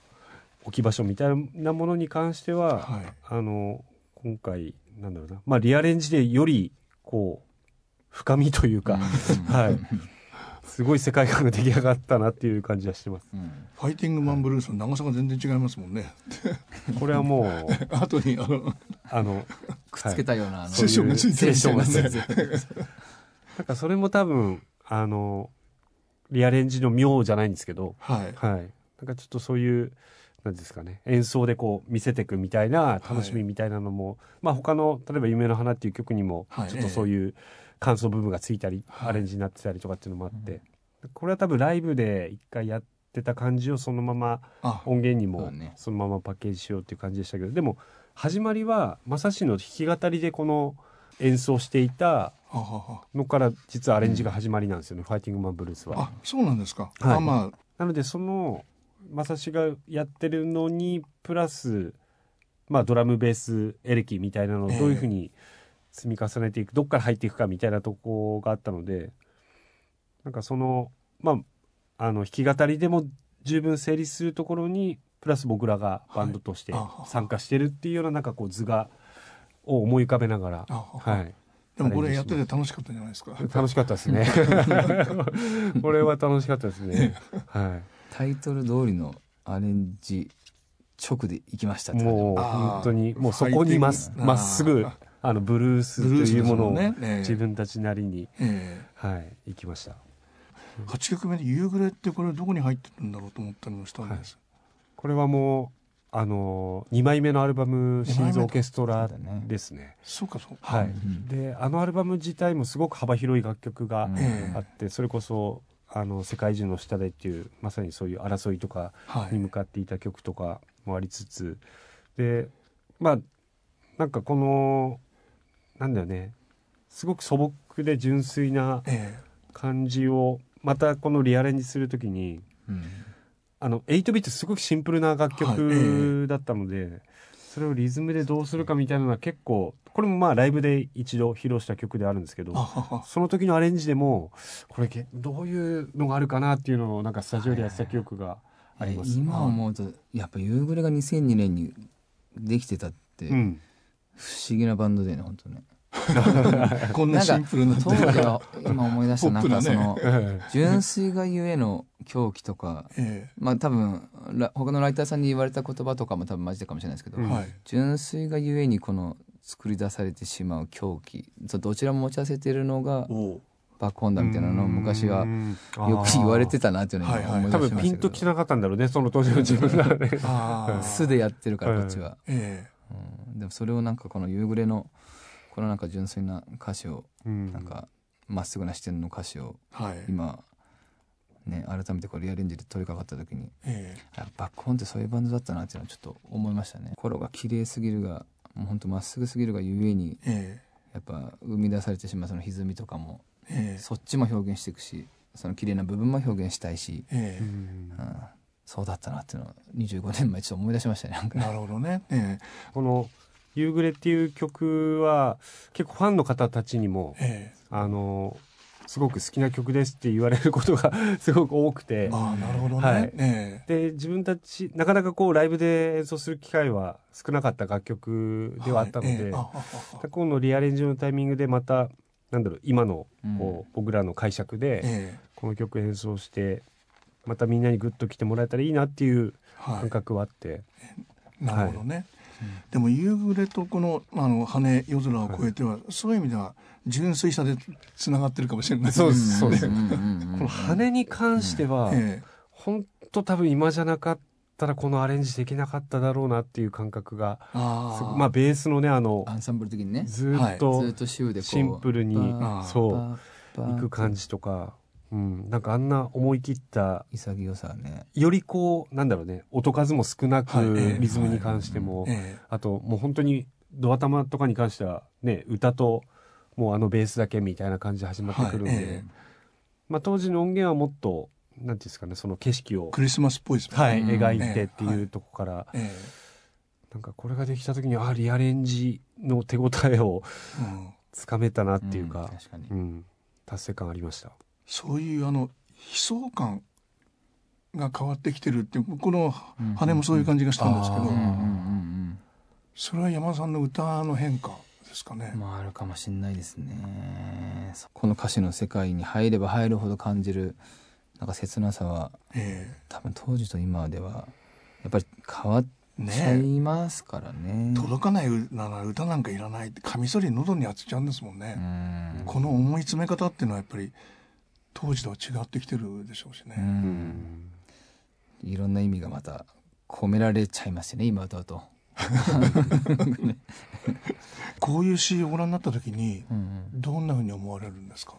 B: 置き場所みたいなものに関して
A: え
B: は、
A: はい、
B: あの今回なんだろうな、まあ、リアレンジでよりこう深みというか、はい、すごい世界観が出来上がったなっていう感じはしてます。
C: うん
A: ファイティングマンブルースの長さが全然違いますもんね。
B: これはもう
A: 後にあの
B: あの
C: くっつけたような。あの
A: 聖書がついてるみたいな
B: 聖書
A: ね
B: がついてるなんかそれも多分あのリアレンジの妙じゃないんですけど、
A: はい、
B: はい、なんかちょっとそういうなんですかね演奏でこう見せていくみたいな楽しみみたいなのも、まあ他の例えば「夢の花」っていう曲にも
A: はい
B: ちょっとそういう感想部分がついたり、
A: はい
B: アレンジになってたりとかっていうのもあって、これは多分ライブで一回やってた感じをそのまま
A: あ
B: 音源に
C: そ
B: も
C: うね
B: そのままパッケージしようっていう感じでしたけど、でも始まりはまさしの弾き語りでこの演奏していた
A: はは
B: のから実はアレンジが始まりなんですよね「ファイティングマンブルースは
A: は。あそうなんですか。
B: はい
A: あまあ
B: なのでそのまさしがやってるのにプラス、まあ、ドラムベースエレキみたいなのを
A: ええ
B: どういうふうに積み重ねていく、どっから入っていくかみたいなとこがあったのでなんかそのまああの弾き語りでも十分成立するところにプラス僕らがバンドとして
A: はいあ
B: 参加してるっていうようななんかこう図がを思い浮かべながら、
A: あ
B: はい、
A: でもこれやってて楽しかったんじゃないですか。
B: 楽しかったで
A: <laughs>
B: すね。これは楽しかったですね。はい
C: タイトル通りのアレンジ直で行きましたって感じ
B: もう
A: あー
B: 本当にもうそこにまっす
A: ファイティング
B: まっすぐ
A: あ
B: あのブルースと
A: ブルース
B: い
A: で
B: う
A: す
B: もの
A: も
B: を
A: んねええ
B: 自分たちなりに、
A: え
B: はい、行きました
A: え8曲目で「夕暮れ」ってこれどこに入ってるんだろうと思ったりもしたんです。
B: これはもうあの2枚目のアルバム「
A: 二枚目
B: 心臓オーケストラ
C: そうだね」
B: ですね。
A: そうかそう。
B: はい
C: ん
B: であのアルバム自体もすごく幅広い楽曲が
C: うん
A: え
B: あってそれこそあの世界中の下でっていうまさにそういう争いとか
A: は
B: に
A: い。
B: 向かっていた曲とかもありつつでまあなんかこのなんだよねすごく素朴で純粋な
A: え <laughs>
B: 感じをまたこのリアレンジするときに
C: うん
B: あの8ビートすごくシンプルな楽
A: はいえ
B: 曲だったので、それをリズムでどうするかみたいなのは結構これもまあライブで一度披露した曲であるんですけ
A: え
B: ど
A: あはは。
B: その時のアレンジでもこれけどういうのがあるかなっていうのをなんかスタジオでやってた記憶があります。
C: 今思うとやっぱ夕暮れが2002年にできてたって
B: う
C: 不
B: ん
C: 思議なバンドだよね本当ね
A: こんなシンプルな
C: 当時は今思い出した
A: ポッ
C: な
A: プだ
C: んか
A: ね
C: その
B: ええ
C: 純粋がゆえの狂気とか
A: え
C: まあ多分ら他のライターさんに言われた言葉とかも多分マジでかもしれないですけど、
B: う
A: え
B: ん
A: はい。
C: 純粋がゆえにこの作り出されてしまう狂気そうどちらも持ち合わせてるのが
A: おう
C: 爆音だみたいなのを昔はよく言われてたなっていうのを今思い出し
B: 多
C: ましたけど
B: 分ピンときてなかったんだろうねその当時の自分がね
A: ああ。
C: 素でやってるからこっちは、
A: え
C: <laughs> うんでもそれをなんかこの夕暮れのこのなんか純粋な歌詞を
B: うん
C: なんかまっすぐな視点の歌詞を
A: はい。
C: 今ね改めてこれリアレンジで取り掛かった時に
A: え
C: あ爆音ってそういうバンドだったなっていうのはちょっと思いましたね心が綺麗すぎるがもうほんとまっすぐすぎるがゆえに
A: ええ
C: やっぱ生み出されてしまうその歪みとかも
A: ええ
C: そっちも表現していくしその綺麗な部分も表現したいし、
A: ええ
C: うん、そうだったなっていうのを25年前ちょっと思い出しましたねなんか
A: なるほどね。え
B: この「夕暮れ」っていう曲は結構ファンの方たちにも
A: ええ
B: あのすごく好きな曲ですって言われることが <laughs> すごく多くて
A: えああ、なるほどね。
B: はい
A: ええ
B: で自分たちなかなかこうライブで演奏する機会は少なかった楽曲ではあったの
A: いえ
B: で
A: え、ああああ
B: 今度リアレンジのタイミングでまたなんだろう今のこう僕らの解釈で
A: ええ
B: この曲演奏してまたみんなにグッと来てもらえたらいいなっていう
A: は
B: 感覚はあって、
A: い。なるほどね。でも夕暮れとこのあの羽夜空を越えては、そういう意味では純粋さでつながってるかもしれない
B: そうです
A: ね
B: そうです
C: うんうんうん
B: この羽に関しては
A: え
B: 本当多分今じゃなかったらこのアレンジできなかっただろうなっていう感覚が
A: えあ
B: す
A: あ
B: ごくまあベースのねあの
C: アンサンブル的にねず
B: ずーっと
C: っと週でこう
B: シンプルに
A: あー
B: そう
C: パ
B: 行く感じとか、うん、なんかあんな思い切った
C: 潔さね
B: よりこうなんだろうね音数も少な
A: はいえ
B: く
A: え
B: リズムに関しても、
A: え
B: あともう本当にドア玉とかに関してはね歌ともうあのベースだけみたいな感じで始まってくるんで、
A: はいええ
B: まあ、当時の音源はもっとなんていうんですかねその景色
A: え
B: を、
A: クリスマスっぽいですね
B: はい、
C: うん
B: 描いてって
A: ええ
B: い
A: は
B: うとこから、
A: え
B: なんかこれができた時にあリアレンジの手応えを
A: えうん
B: つかめたなっていうか
C: ん、確かに
B: うん達成感ありました。
A: そういうあの悲壮感が変わってきてるってこの
C: うん
A: 羽もそういう感じがしたんですけど、
B: うん
C: うんうん
A: それは山田さんの歌の変化ですかね
C: う、んまああるかもしんないですねそこの歌詞の世界に入れば入るほど感じるなんか切なさは
A: え
C: 多分当時と今ではやっぱり変わっ
A: え
C: ちゃい
A: ね
C: ますからね
A: え届かないなら歌なんかいらないってカミソリ喉に当てちゃうんですもん
C: う
A: ね、
C: ん
A: この思い詰め方っていうのはやっぱり当時とは違ってきてるでしょうし
C: う
A: ね、
C: んいろんな意味がまた込められちゃいますよね今歌うと、
A: こういう詩をご覧になった時に
C: うんうん
A: どんなふうに思われるんですか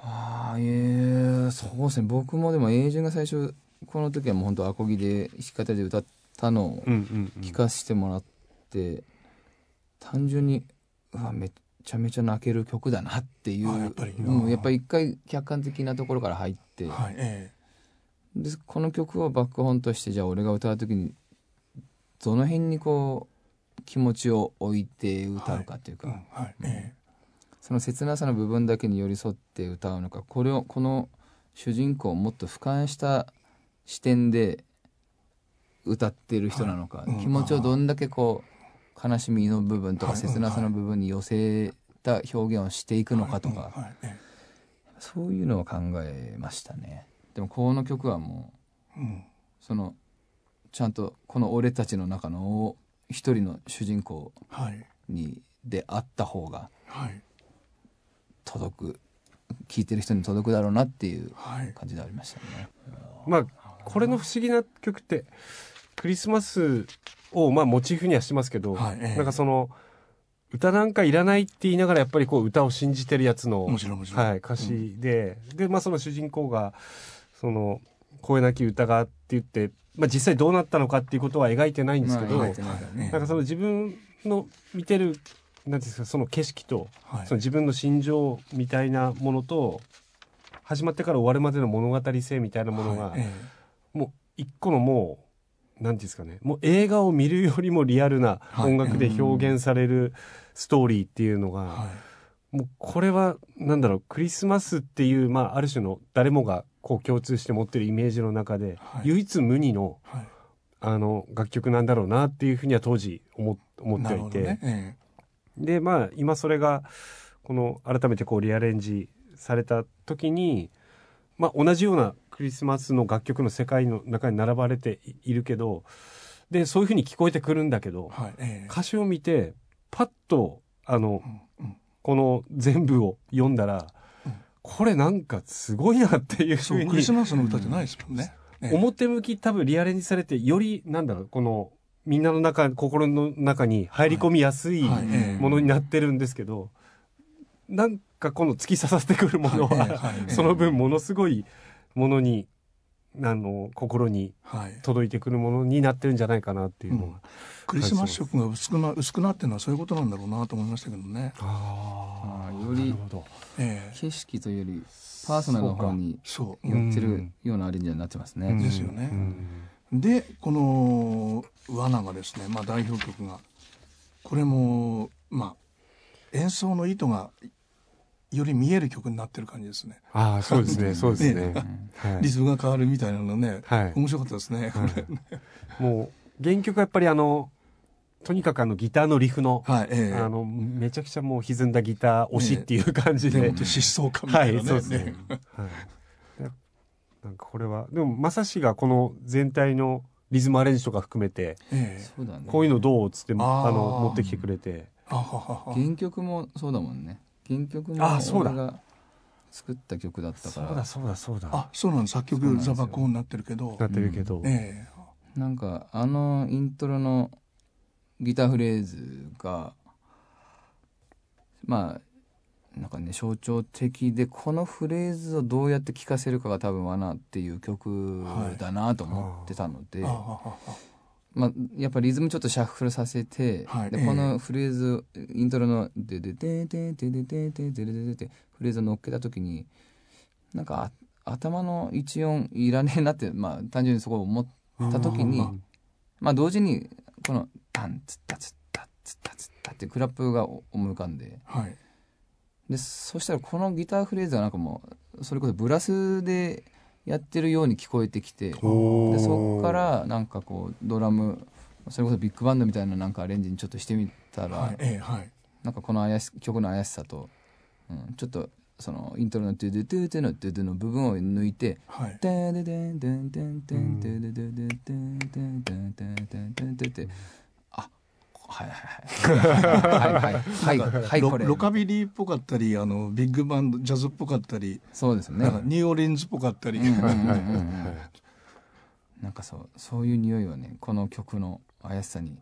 C: ああえーそうですね僕もでも英順が最初この時はもう本当アコギで弾き語りで歌ったのを
B: うんうんうん
C: 聞かせてもらって、単純にうわめちゃめちゃ泣ける曲だなっていう
A: あやっぱり
C: うん、やっぱり一回客観的なところから入って、
A: はいえ
C: でこの曲をバックホンとしてじゃあ俺が歌う時にどの辺にこう気持ちを置いて歌うかっていう
A: え
C: か、
A: うんはいえ
C: その切なさの部分だけに寄り添って歌うのかこれをこの主人公をもっと俯瞰した視点で歌ってる人なのか、
A: いうん
C: 気持ちをどんだけこう悲しみの部分とか
A: はい
C: 切なさの部分に寄せた表現をしていく
A: え
C: のかとか、
A: はいえ
C: そういうのを考えましたね。でもこの曲はも
A: えうん
C: うそのちゃんとこの俺たちの中の一人の主人公
A: はい
C: にであった方が
A: はい
C: 届く聞いてる人に届くだろうなっていう
A: はい
C: 感じでありましたね。
B: まあこれの不思議な曲ってクリスマスをまあモチーフにはしてますけど、
A: はいええ
B: なんかその歌なんかいらないって言いながらやっぱりこう歌を信じてるやつの
A: もちろんもちろん
B: はい、歌詞で、で、まあ、その主人公がその「声なき歌が」って言って、まあ、実際どうなったのかっていうことは描いてないんですけど、
C: まあ描いてないからね
B: なんかその自分の見てるなんていうんですかその景色と
A: はい
B: その自分の心情みたいなものと始まってから終わるまでの物語性みたいなものが、
A: はいえ
B: もう一個のもうなんていうんですかねもう映画を見るよりもリアルな音楽で表現されるストーリーっていうのが、
A: えはい
B: もうこれはなんだろうクリスマスっていう、まあ、ある種の誰もがこう共通して持ってるイメージの中で、
A: はい
B: 唯一無二の
A: はい
B: あの楽曲なんだろうなっていうふうには当時思思ってはいて、
A: なるほどね
B: でまあ今それがこの改めてこうリアレンジされた時に、まあ、同じようなクリスマスの楽曲の世界の中に並ばれていいるけどでそういうふうに聞こえてくるんだけど
A: はいええ
B: 歌詞を見てパッとあの、
A: うんうん
B: この全部を読んだら、
A: うん
B: これなんかすごいなっていうふ
A: そううクリ
B: に
A: スマスの歌じゃないですもんねええ
B: 表向き多分リアレンジされてよりなんだろうこのみんなの中心の中に入り込みやすい
A: はいええ
B: ものになってるんですけど、なんが今度突き刺さってくるもの
A: はい
B: は、
A: はい
B: <laughs> その分ものすごいものに、あの、心に
A: はい
B: 届いてくるものになってるんじゃないかなっていうのが。
A: うんクリスマス色が薄くな薄くなってるのはそういうことなんだろうなと思いましたけどね、
B: あ
C: あ
B: あ、
C: ーより
B: なるほど。
A: ええ
C: 景色というよりパーソナルの方に
A: そう、
B: うん
C: 寄ってるようなアレンジになってますね、
B: うん
A: ですよね
B: うん
A: でこの「罠」がですね、まあ、代表曲がこれもまあ演奏の意図がより見える曲になってる感じですね、
B: ああ、そうですね、そうですね。はい
A: リズムが変わるみたいなのね、
B: はい
A: 面白かったですね、これ
B: もう原曲はやっぱりあのとにかくあのギターのリフの、
A: はいええ
B: あのめちゃくちゃもう歪んだギター推しっていう感じ
A: で
B: で、
A: 本当疾走感み
B: は
A: たい
B: い
A: なね,、
B: そうですねはいでなんかこれはでもまさしがこの全体のリズムアレンジとか含めて
A: ええ
C: そうだね
B: こういうのどうっつって
A: あー
B: あの持ってきてくれて
A: あははは
C: 原曲もそうだもんね原曲も
B: あそうだ
C: 俺が作った曲だったか
B: そうだ
C: ら
B: そうだそうだ
A: あそうなんです作
C: そうな
A: 曲
C: んですよ
A: ザバコーンになってるけど
B: なってるけど、
A: え
C: なんかあのイントロのギターフレーズがまあなんかね象徴的でこのフレーズをどうやって聴かせるかが多分「罠」っていう曲だなと思ってたの
A: え
C: で、
A: あははは
C: まあ、やっぱリズムちょっとシャッフルさせて、
A: はい
C: でこのフレーズイントロの「ででででででででででででフレーズを乗っけた時になんかあ頭の一音いらねえなって、まあ、単純にそこを思った時に
B: うん
C: まあ、同時にこの「タンツッタツッタツッタツッタ」っていうクラップが思い浮かんで
A: はい
C: でそしたらこのギターフレーズはなんかもうそれこそブラスでやってるように聞こえてきて。
B: おー
C: でそこからなんかこうドラムそれこそビッグバンドみたいななんかアレンジにちょっとしてみたら、
A: はいええはい
C: なんかこの怪し曲の怪しさと、うん、ちょっとそのイントロの「ドゥドゥドゥドゥのドゥドゥの部分を抜いて
A: はい
C: 「ダダダンダンダンダンダンダンダンダンダンダンダンダンダンダン」ってあはいはいはいはいはいはいはい
A: ロ
C: これ
A: ロカビリーっぽかったりあのビッグバンドジャズっぽかったり、
C: そうですね
A: なんかニューオーリンズっぽかったり、
C: うんうんうんうんうんなんかそうそういう匂いはねこの曲の怪しさに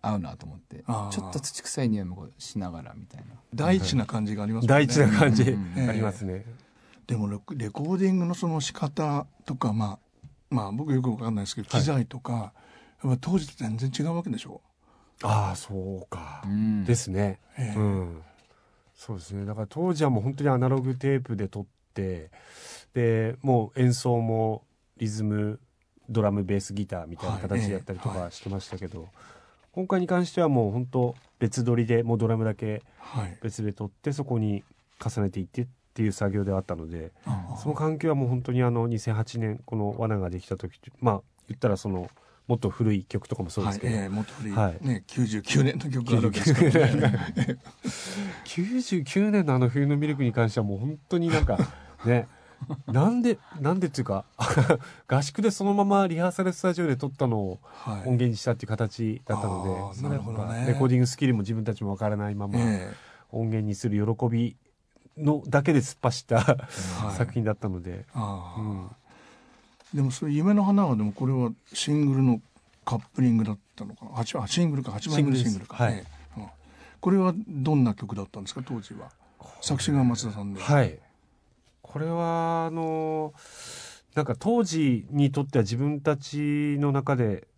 C: 合うなと思って
A: あー
C: ちょっと土臭い匂いもこうしながらみたいな
A: <laughs> 大地な感じがありますもん
B: 大事な感じ
C: うん
A: うん
B: ありますね、
A: でもレコレコーディングのその仕方とかまあまあ僕よくわかんないですけど、
B: はい
A: 機材とかやっぱ当時と全然違うわけでしょ、
B: ああそうか、
C: うん
B: ですね
A: ええ
B: うん、そうですねだから当時はもう本当にアナログテープで撮ってでもう演奏もリズムドラムベースギターみたいな
A: はい
B: 形でやったりと
A: ええは
B: かしてましたけど、今回に関してはもう本当別撮りでもうドラムだけ
A: はい
B: 別で撮ってそこに重ねていってっていう作業ではあったので
A: あ
B: その環境はもう本当にあの2008年この罠ができた時まあ言ったらそのもっと古い曲とかもそうですけど、
A: はいええもっと古い、
B: はい
A: ね、99年の曲があるわけですからね
B: 99年のあの冬のミルクに関してはもう本当
A: <laughs>
B: になんかねなんでなんでっていうか <laughs> 合宿でそのままリハーサルスタジオで撮ったのを
A: はい
B: 音源にしたっていう形だった
A: あー
B: ので、それは
A: なるほどね
B: やっぱレコーディングスキルも自分たちもわからないまま <laughs>
A: え
B: 音源にする喜びのだけで突っ走った
A: えはい
B: 作品だったので、
A: ああ、
B: うん
A: でもそれ夢の花はでもこれはシングルのカップリングだったのかな八あシングルか8枚目のシングルか、
B: シングル
A: ねうんこれはどんな曲だったんですか当時は作詞が松田さんで、
B: はい。これは、あのーなんか当時にとっては自分たちの中で、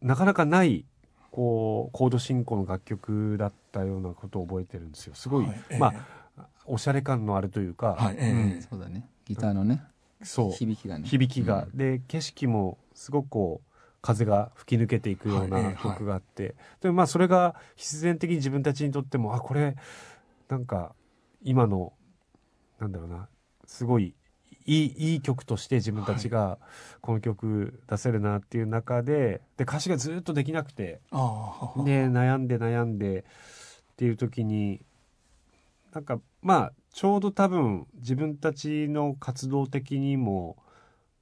B: なかなかない、こう、コード進行の楽曲だったようなことを覚えてるんですよ。すごい、
A: はい
B: ま
A: え
B: あ、おしゃれ感のあるというか、
A: えはいええ
B: うん
C: そうだねギターのね
B: そう、
C: 響きがね
B: 響きが、で、景色もすごくこう、風が吹き抜けていくよう
A: はいえ
B: な
A: えはい
B: 曲があって、でもまあそれが必然的に自分たちにとってもあこれなんか今のなんだろうなすごいいいいい曲として自分たちがこの曲出せるなっていう中で,、で歌詞がずっとできなくて
A: あ <laughs> あはは
B: で悩んで悩んでっていう時になんかまあちょうど多分自分たちの活動的にも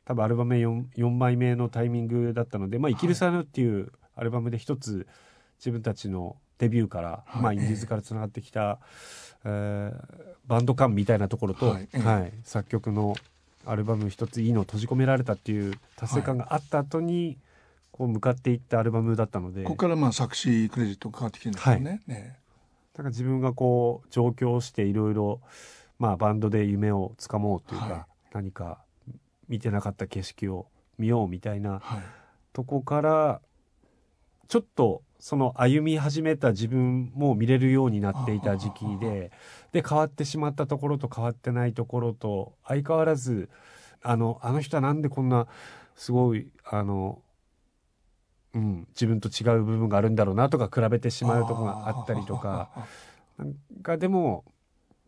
B: 多分アルバム 4, 4枚目のタイミングだったので「まあ、
A: い
B: 生きるさぬ」っていうアルバムで一つ自分たちのデビューから、
A: はい
B: まあ、インディーズからつながってきた、えーバンド感みたいなところと、
A: は
B: はいい
A: ええ
B: 作曲のアルバム一ついいの閉じ込められたっていう達成感があった後に、こう向かっていったアルバムだったので
A: ここからまあ作詞クレジットが変わってきてるんですよねね
B: だから自分がこう上京していろいろまあバンドで夢をつかもうというか、
A: は
B: 何か見てなかった景色を見ようみたいな
A: はい
B: とこからちょっとその歩み始めた自分も見れるようになっていた時期でで変わってしまったところと変わってないところと相変わらずあのあの人はなんでこんなすごいあの、うん、自分と違う部分があるんだろうなとか比べてしまうところがあったりとか
A: あ
B: なんかでも、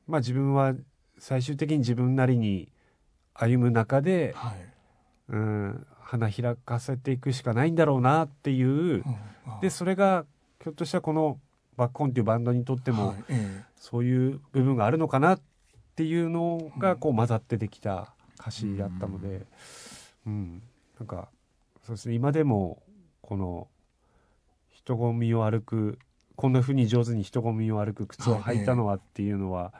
B: まあ、自分は最終的に自分なりに歩む中で
A: ー。はい
B: うん、花開かせていくしかないんだろうなっていう
A: うんあー
B: でそれがひょっとしたらこのバッコンっていうバンドにとって
A: は
B: も
A: いえ
B: そういう部分があるのかなっていうのがこう混ざってできた歌詞だったので、うん、なんかそうですね今でもこの人混みを歩くこんな風に上手に人混みを歩く靴を履いたのはっていうのは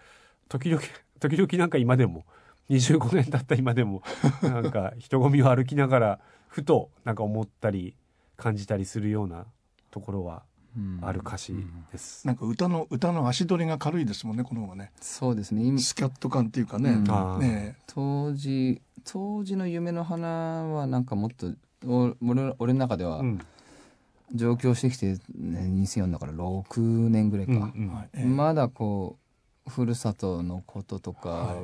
B: 時々時々なんか今でも25年経った今でもなんか人混みを歩きながらふとなんか思ったり感じたりするようなところはある歌詞です
A: え。なんか歌の歌の足取りが軽いですもんねこの方がね
C: そうですね今
A: スキャット感っていうかね、
C: うん
B: あー
A: ね
C: 当時当時の夢の花はなんかもっとお俺の俺の中では
B: うん
C: 上京してきて、ね、2004だから6年ぐらいか、
B: うんう
A: え
B: ん
A: はいええ
C: まだこうふるさとのこととか
A: は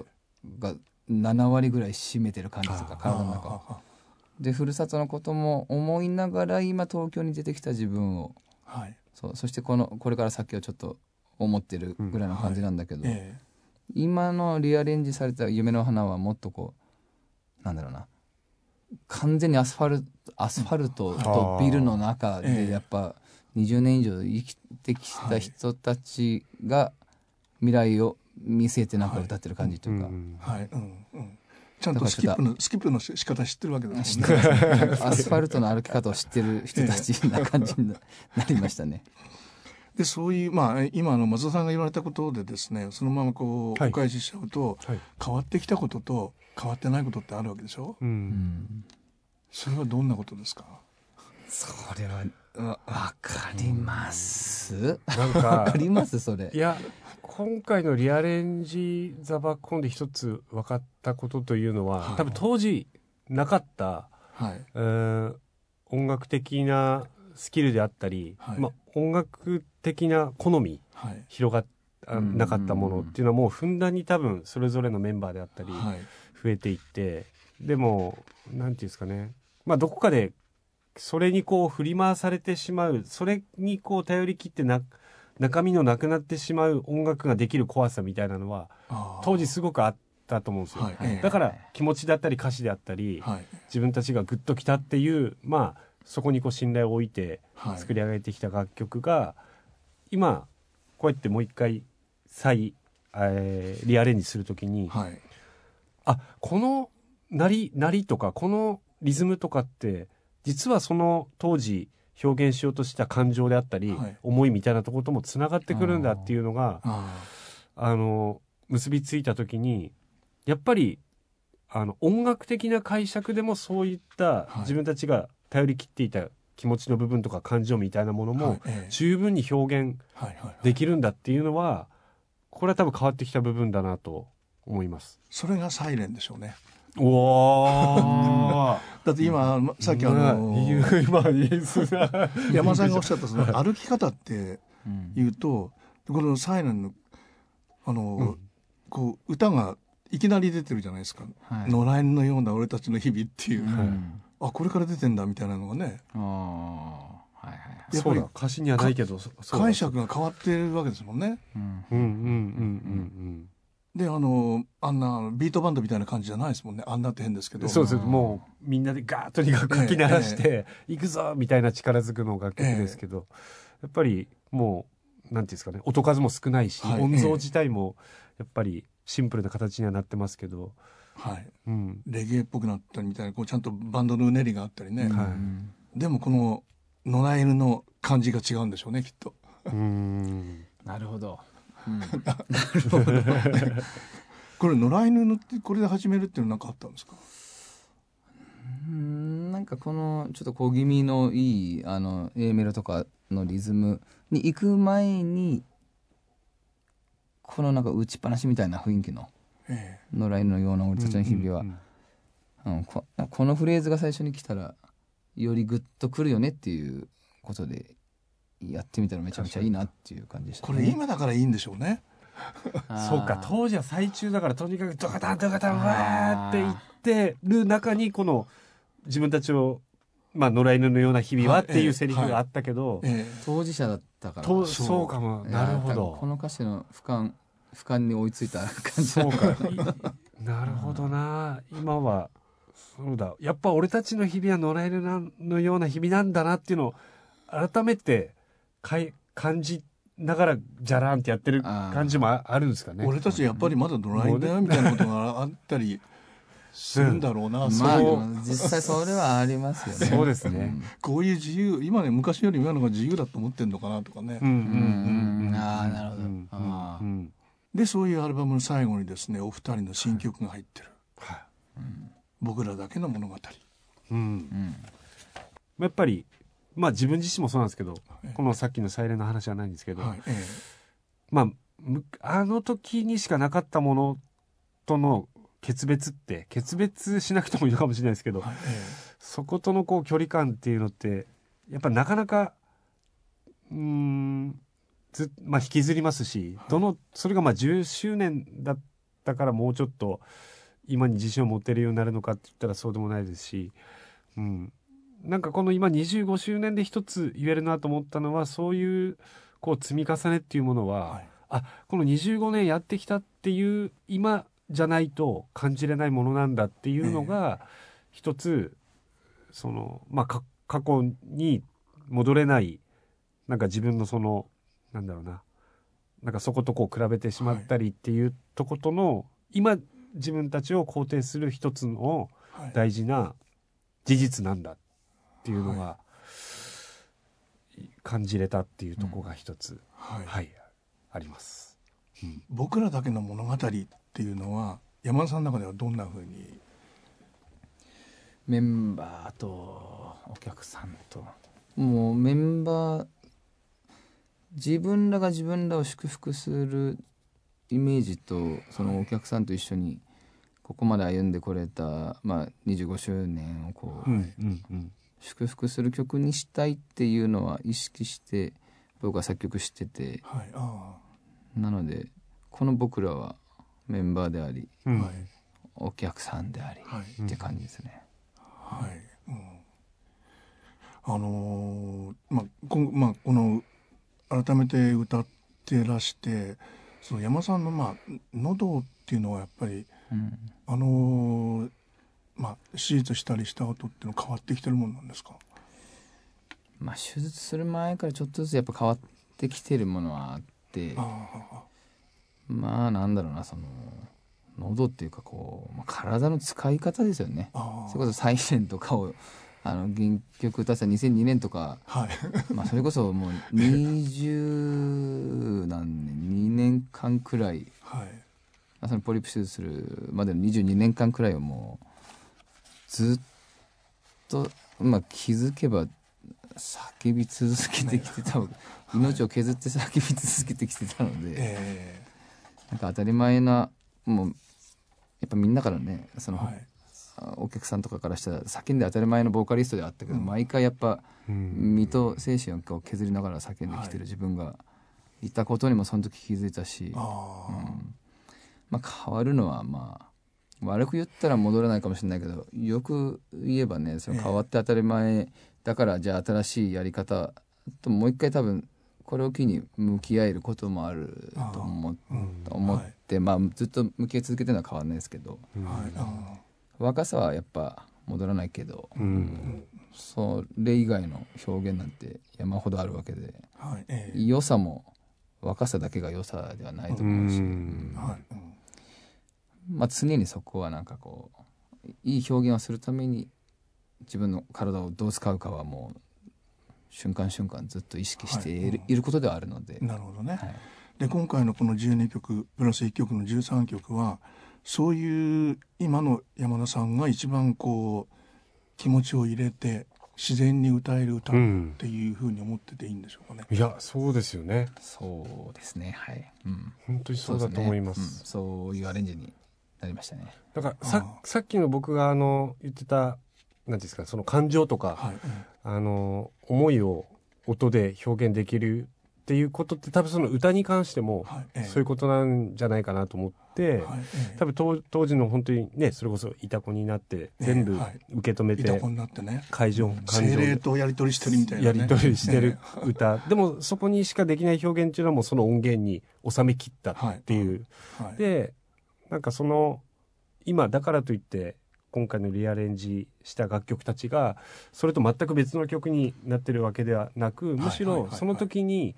C: が7割ぐらい占めてる感じとか
B: あー
C: 体の中をでふるさとのことも思いながら今東京に出てきた自分を
A: はい
C: そうそしてこのこれから先をちょっと思ってるぐらいの感じなんだけど、
A: ええ
C: 今のリアレンジされた「夢の花」はもっとこうなんだろうな完全にアスファルトアスファルトとビルの中
A: あーえ
C: で
A: え
C: やっぱ20年以上生きてきた人たちが未来を見据えてなんか歌ってる感じというか
B: うんうん
A: はいうんうんちゃん
C: だか
A: と
C: ら
A: スキップのスキップのし仕方知ってるわけだ
C: 知
A: す
C: っ
A: も
C: て
A: ん
C: ま
A: ね。
C: すねなん <laughs> かアスファルトの歩き方を知ってる人たちな感じにななりましたね。
A: でそういうまあ今あの松田さんが言われたことでですねそのままこう
B: はい
A: お返ししちゃうと、
B: はい
A: 変わってきたことと変わってないことってあるわけでしょ
B: う
C: うんん
A: それはどんなことですか
C: それはわわかります
B: なん
C: <laughs> わ
B: か
C: かりますそれ
B: い。や今回のリアレンジザバッコンで一つ分かったことというのは
A: はい
B: 多分当時なかった、
A: はい。
B: うーん音楽的なスキルであったり、
A: はい
B: まあ、音楽的な好み
A: はい。
B: 広がっあ
C: うん
B: なかったものっていうのはもうふんだんに多分それぞれのメンバーであったり
A: はい。
B: 増えていってでもなんていうんですかねまあどこかでそれにこう振り回されてしまうそれにこう頼り切ってな中身のなくなってしまう音楽ができる怖さみたいなのは
A: あー
B: 当時すごくあったと思うんですよ、
A: はいええ
B: だから気持ちだったり歌詞であったり、
A: はい。
B: 自分たちがグッときたっていうまあそこにこう信頼を置いて
A: はい。
B: 作り上げてきた楽曲が今こうやってもう一回再、えーリアレンジするときに、
A: はい。
B: あこのなりなりとかこのリズムとかって実はその当時表現しようとした感情であったり、
A: はい
B: 思いみたいなところともつながってくるんだっていうのが
A: あ
B: あの結びついた時にやっぱりあの音楽的な解釈でもそういった
A: はい
B: 自分たちが頼り切っていた気持ちの部分とか感情みたいなもの
A: あ。はい
B: も
A: ええ
B: 十分に表現
A: はい。はい。
B: できるんだっていうのはこれは多分変わってきた部分だなと思います。
A: それがサイレンでしょうね。
B: おー
A: だって今、まさっきあの
B: ね
A: ー、
B: 言う今言いすな
A: 山田さんがおっしゃったその歩き方って
C: うん
A: 言うと、このサイレンの、あ
B: う
A: のー
B: ん、
A: こう、歌がいきなり出てるじゃないですか。
C: はい
A: 野良犬のような俺たちの日々っていうう。
C: ん
A: あ、これから出てんだみたいなのがね、
C: あーはいはいはい
A: やっ
B: そ
A: ぱ
B: う
A: り
B: だ歌詞にはないけどそそうだ
A: 解釈が変わってるわけですもんね。
C: うん
B: うんうんうん
A: で、あのー、あんなビートバンドみたいな感じじゃないですもんね。あんなって変ですけ
B: うんう
A: ど。
B: んそうですもうみんなでガーッとにかく書き鳴らして「行くぞ!」みたいな力づくの楽曲ですけどやっぱりもうなんていうんですかね音数も少ないし
A: はい
B: 音像自体もやっぱりシンプルな形にはなってますけど
A: はい。
B: うん
A: レゲエっぽくなったりみたいなこうちゃんとバンドのうねりがあったりね、
B: は
C: うん
A: でもこの野良犬の感じが違うんでしょうねきっと
B: うん
C: なるほど
A: これ野良犬のってこれで始めるっていうのなんかあったんですか
C: うんなんかこのちょっと小気味のいいあの A メロとかのリズムに行く前にこのなんか打ちっぱなしみたいな雰囲気の
A: え
C: 野良犬のような俺たちの日々は、
B: う
C: うんん
B: うんうん
C: ここのフレーズが最初に来たらよりグッとくるよねっていうことでやってみたらめちゃめちゃいいなっていう感じでし
A: え
C: た、
A: これ今だからいいんでしょうね。
B: そうか
C: と
B: 当時は最中だからとにかくドカタンドカタンわーって言ってる中にこの自分たちをまあ野良犬のような日々はっていうセリフがあったけど、
A: ええ
C: 当事者だったから
B: と
A: そう
B: そうかも
C: いや
B: なるほ
C: 多分こ
B: ど
C: の歌詞の俯瞰俯瞰に追いついた感じ
B: そうか
C: <laughs>
B: いなるほどな今はそうだやっぱ俺たちの日々は野良犬なんのような日々なんだなっていうのを改めてかい感じながらじゃらんってやってる感じもああるんですかね。
A: 俺たちやっぱりまだドライブだ
B: <laughs>
A: よみたいなことがあったりするんだろうな、そう
C: まあ
A: いう
C: 実際それはありますよね
B: そうですね
A: こういう自由今ね昔より今のが自由だと思ってるのかなとかね、
B: うんうん
C: うんうんああなるほどああ
B: ん
A: でそういうアルバムの最後にですねお二人の新曲が入ってる
B: は
A: 「僕らだけの物語」
B: いうん
C: うん
B: やっぱりまあ自分自身もそうなんですけど
A: ええ
B: このさっきの「サイレンの話じゃないんですけど、
A: はいえ
B: まあむあの時にしかなかったものとの決別って決別しなくてもいいのかもしれないですけ
A: え
B: ど
A: はいえ
B: そことのこう距離感っていうのってやっぱなかなかうーんず、まあ、引きずりますし、どのそれがまあ10周年だったからもうちょっと今に自信を持てるようになるのかって言ったらそうでもないですし、うん、なんかこの今25周年で一つ言えるなと思ったのはそういうこう積み重ねっていうものは、
A: えはい
B: あこの25年やってきたっていう今じゃないと感じれないものなんだっていうのが一つ、そのまあか過去に戻れないなんか自分のそのなんだろうななんかそことこう比べてしまったりっていうとことの、今自分たちを肯定する一つの
A: はい
B: 大事な事実なんだっていうのが、感じれたっていうとこが一つ、
A: はい
B: はい、あります。
A: 僕らだけの物語っていうのは山田さんの中ではどんなふうに
C: メンバーとお客さんともうメンバー自分らが自分らを祝福するイメージとそのお客さんと一緒にここまで歩んでこれた、まあ、25周年をこう
B: うんうんうん
C: 祝福する曲にしたいっていうのは意識して僕は作曲してて
A: はいあ
C: なのでこの僕らはメンバーであり
A: あ、
B: うん
A: はい
C: お客さんであり
A: はい
C: って感じですね。
A: はい、うん、あのーまあこん、まあ、この改めて歌ってらしてその山さんの、まあ、喉っていうのはやっぱり
C: うん
A: あのーまあ、手術したりした後っていうのは変わってきてるもんなんですか
C: まあ、手術する前からちょっとずつやっぱ変わってきてるものはあって
A: ああ
C: まあなんだろうなその喉っていうかこう、まあ、体の使い方ですよね
A: ああ
C: それこそ「サイレンとかをあの原曲歌ってた2002年とか、
A: はい
C: まあ、それこそもう20何年2年間くらい、
A: はい
C: まあそのポリープ手術するまでの22年間くらいをもうずっと、まあ、気づけば叫び続けてきてた、命を削って叫び続けてきてたので。
A: え
C: なんか当たり前なもうやっぱみんなからねそ
A: え
C: の、
A: はい
C: お客さんとかからしたら叫んで当たり前のボーカリストであったけど、
A: うん
C: 毎回やっぱ
B: うん
C: 身と精神をこう削りながら叫んできてる自分がいたことにもその時気づいたし、
A: ああ、
C: うんまあ、変わるのはまあ悪く言ったら戻らないかもしれないけどよく言えばねその変わって当たり前だからじゃあ新しいやり方ともう一回多分これを機に向き合えることもあると思って。
A: うん
C: と思って、まあずっと向き合い続けてるのは変わらないですけど
A: はいあ
C: 若さはやっぱ戻らないけど
B: うん
C: それ以外の表現なんて山ほどあるわけで
A: あはいええ
C: 良さも若さだけが良さではないと
B: う
C: 思うし、
B: ん
A: はいうん
C: まあ、常にそこはなんかこういい表現をするために自分の体をどう使うかはもう瞬間瞬間ずっと意識している,、
A: はい
C: いることではあるので、
A: なるほどね、
C: はい
A: で今回のこの12曲プラス1曲の13曲はそういう今の山田さんが一番こう気持ちを入れて自然に歌える歌っ
B: うん
A: ていうふうに思ってていいんでしょうかね。
B: いやそうですよね
C: そうですねはい、うん、
B: 本当にそうだと思います
C: ですねうんそういうアレンジになりましたね
B: だから
A: あ
B: ささっきの僕があの言ってた何ですかその感情とか、
A: はい、うん
B: あの思いを音で表現できるっていうことって多分その歌に関しても
A: はい、ええ
B: そういうことなんじゃないかなと思って、
A: はい、
B: 多分当当時の本当にねそれこそいた子になって全部
A: はい
B: 受け止め
A: いた
B: て
A: こになってね。
B: 会場感
A: 精
B: 情
A: 霊
B: で
A: とやり取りしてるみたいな、
B: や
A: ね。
B: り取りしてる歌でもそこにしかできない表現っていうのはもうその音源に収めきったっていう
A: はい。
B: でなんかその今だからといって今回のリアレンジした楽曲たちがそれと全く別の曲になってるわけではなく
A: い
B: むし
A: はいは
B: ろ
A: いはい
B: その時に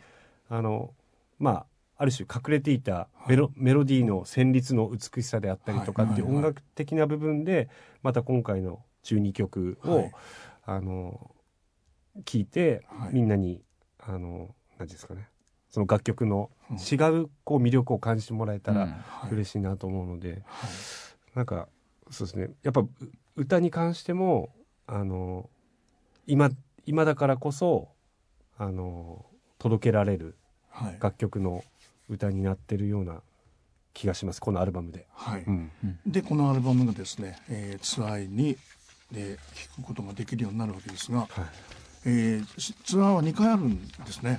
B: あのまあある種隠れていたメロ,、メロディーの旋律の美しさであったりとかっていう
A: はいはいは
B: 音
A: い
B: 楽的な部分でまた今回の12曲を、
A: はい
B: あの聞いて
A: はい
B: みんなに、あの何ですかねその楽曲の
A: うん
B: 違うこう魅力を感じてもらえたら、
C: うん
A: はい
B: 嬉しいなと思うので、
A: はい
B: なんかそうですねやっぱう歌に関してもあの今今だからこそあの届けられる
A: はい。
B: 楽曲の歌になってるような気がしますこのアルバムで。
A: はい。
B: うん
A: でこのアルバムがですね、えーツアーにで聴くことができるようになるわけですが、
B: はい、
A: えーしツアーは2回あるんですね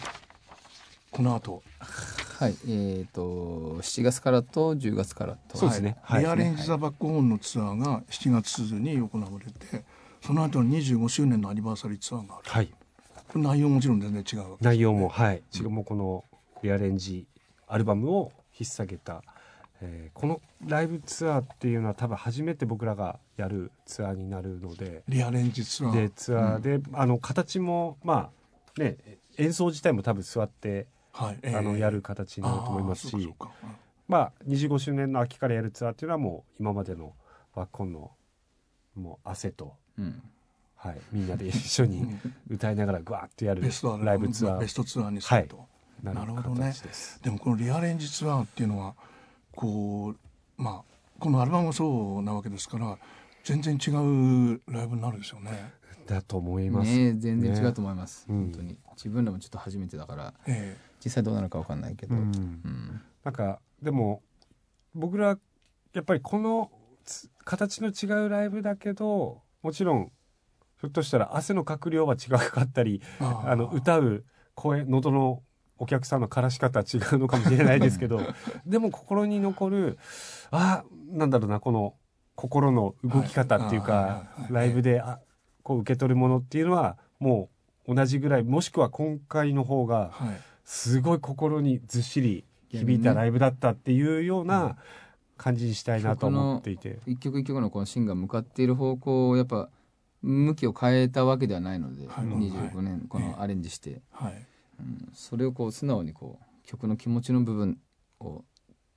A: この後
C: はいえっ、と7月からと10月からと
B: そうですね
A: は、
B: はいい
A: リアレンジ・ザ・バック・ホーンのツアーが7月に行われてその後の25周年のアニバーサリーツアーがある
B: はい、
A: これ内容もちろん全然違うわけ
B: 内容も、はい、しかもこのリアレンジアルバムを引っ提げた、えーこのライブツアーっていうのは多分初めて僕らがやるツアーになるので、
A: リアレンジツアー
B: でツアーで、あの形もまあね演奏自体も多分座って、
A: はい
B: あのやる形になると思います
A: あー
B: し
A: そうかそうか
B: まあ25周年の秋からやるツアーっていうのはもう今までの <laughs> ワッコンのもう汗と、
C: うん
B: はい、みんなで一緒
A: う
B: に
A: ん
B: 歌いながらグワーってやる
A: ベストアル
B: ラ
A: バ
B: イ
A: ム
B: ブツア
A: ベ
B: ー
A: ストツアーにすると、
B: にな
A: なる
B: る
A: ほどね
B: 形です。
A: でもこのリアレンジツアーっていうのはこうまあこのアルバムもそうなわけですから全然違うライブになるんですよね。
B: だと思います。
C: ねえ全然違うと思います、
B: ね
C: 本当に自分らもちょっと初めてだから
A: え
C: 実際どうなるかわかんないけど、
B: うん
C: うん
B: なんかでも僕らやっぱりこのつ形の違うライブだけどもちろんひょっとしたら汗のかく量は違かったり
A: え
B: あの歌う声喉のお客さんの枯らし方は違うのかもしれないです
A: <laughs>
B: けどでも心に残るあなんだろうなこの心の動き方っていう
A: はい
B: か
A: あーはいはいはい
B: ライブであこう受け取るものっていうのはもう同じぐらいもしくは今回の方が
A: はい
B: すごい心にずっしり響いたライブだったっていうような感じにしたいなと思っていて、
C: 一曲一曲のこの芯が向かっている方向をやっぱ向きを変えたわけではないので、
A: はい
C: 25年このアレンジして、
A: はい
C: うんそれをこう素直にこう曲の気持ちの部分を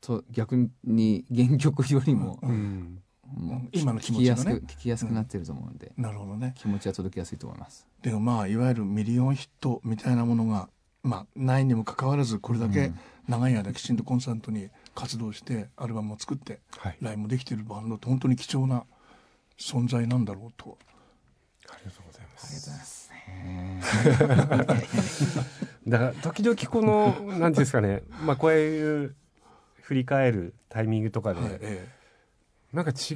C: と逆に原曲よりも、
B: うん
C: もう
A: 今の気持
C: 聞き
A: ち
C: や
A: が
C: すく
A: ね
C: 聞きやすくなってると思うんで、
A: なるほどね。
C: 気持ちは届きやすいと思います。
A: でもまあいわゆるミリオンヒットみたいなものがまあないにもかかわらずこれだけ長い間きちんとコンスタントに活動してアルバムを作って
B: はい、
A: ライブもできているバンドって本当に貴重な存在なんだろうと。
B: ありがとうございま
C: ありがとうございます。ね
B: だから時々この何ていうんですかね、まあ、こういう振り返るタイミングとかで、
A: はいえ
B: なんか違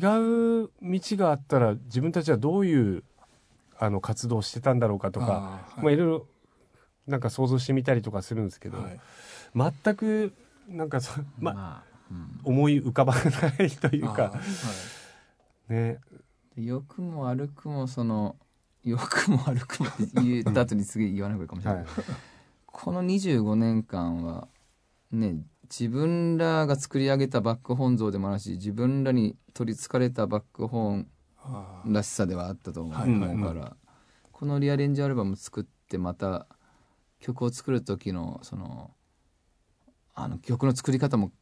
B: う道があったら自分たちはどういうあの活動をしてたんだろうかとか
A: あー
B: まあ、いろいろなんか想像してみたりとかするんですけ
A: え
B: ど、
A: はい
B: 全くなんかそ、まあ、
C: まあ、うん
B: 思い浮かばないとい
A: あー
B: う
A: は
B: かね
C: で良くも悪くもその良くも悪くもって言った後にすげえ言わなくていいかもしれない、
B: はい
C: この25年間はね自分らが作り上げたバックホーン像でもあるし自分らに取りつかれたバックホーン
A: あー
C: らしさではあったと思う、
A: はい
B: はい
C: から、このリアレンジアルバム作ってまた曲を作る時のそのあの曲の作り方も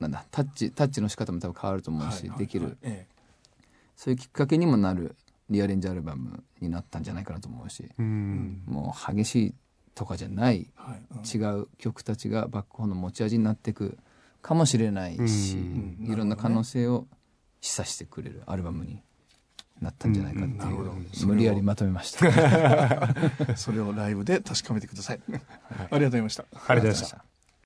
C: なんだタッチタッチの仕方も多分変わると思うし、できる、
A: え
C: そういうきっかけにもなるリアレンジアルバムになったんじゃないかなと思うし、
B: うん
C: もう激しいとかじゃない
A: えはいうん
C: 違う曲たちがバックホーンの持ち味になっていくかもしれないし、
B: うん
A: うん
C: いろん
A: なるほどね
C: な可能性を示唆してくれるアルバムになったんじゃないかって
A: なる
C: い
A: ほ
C: う
A: ど
C: 無理やりまとめました。ありがとう
A: それをライブで確かめてくださいありがとうございました
B: ありがとうございました。
C: た。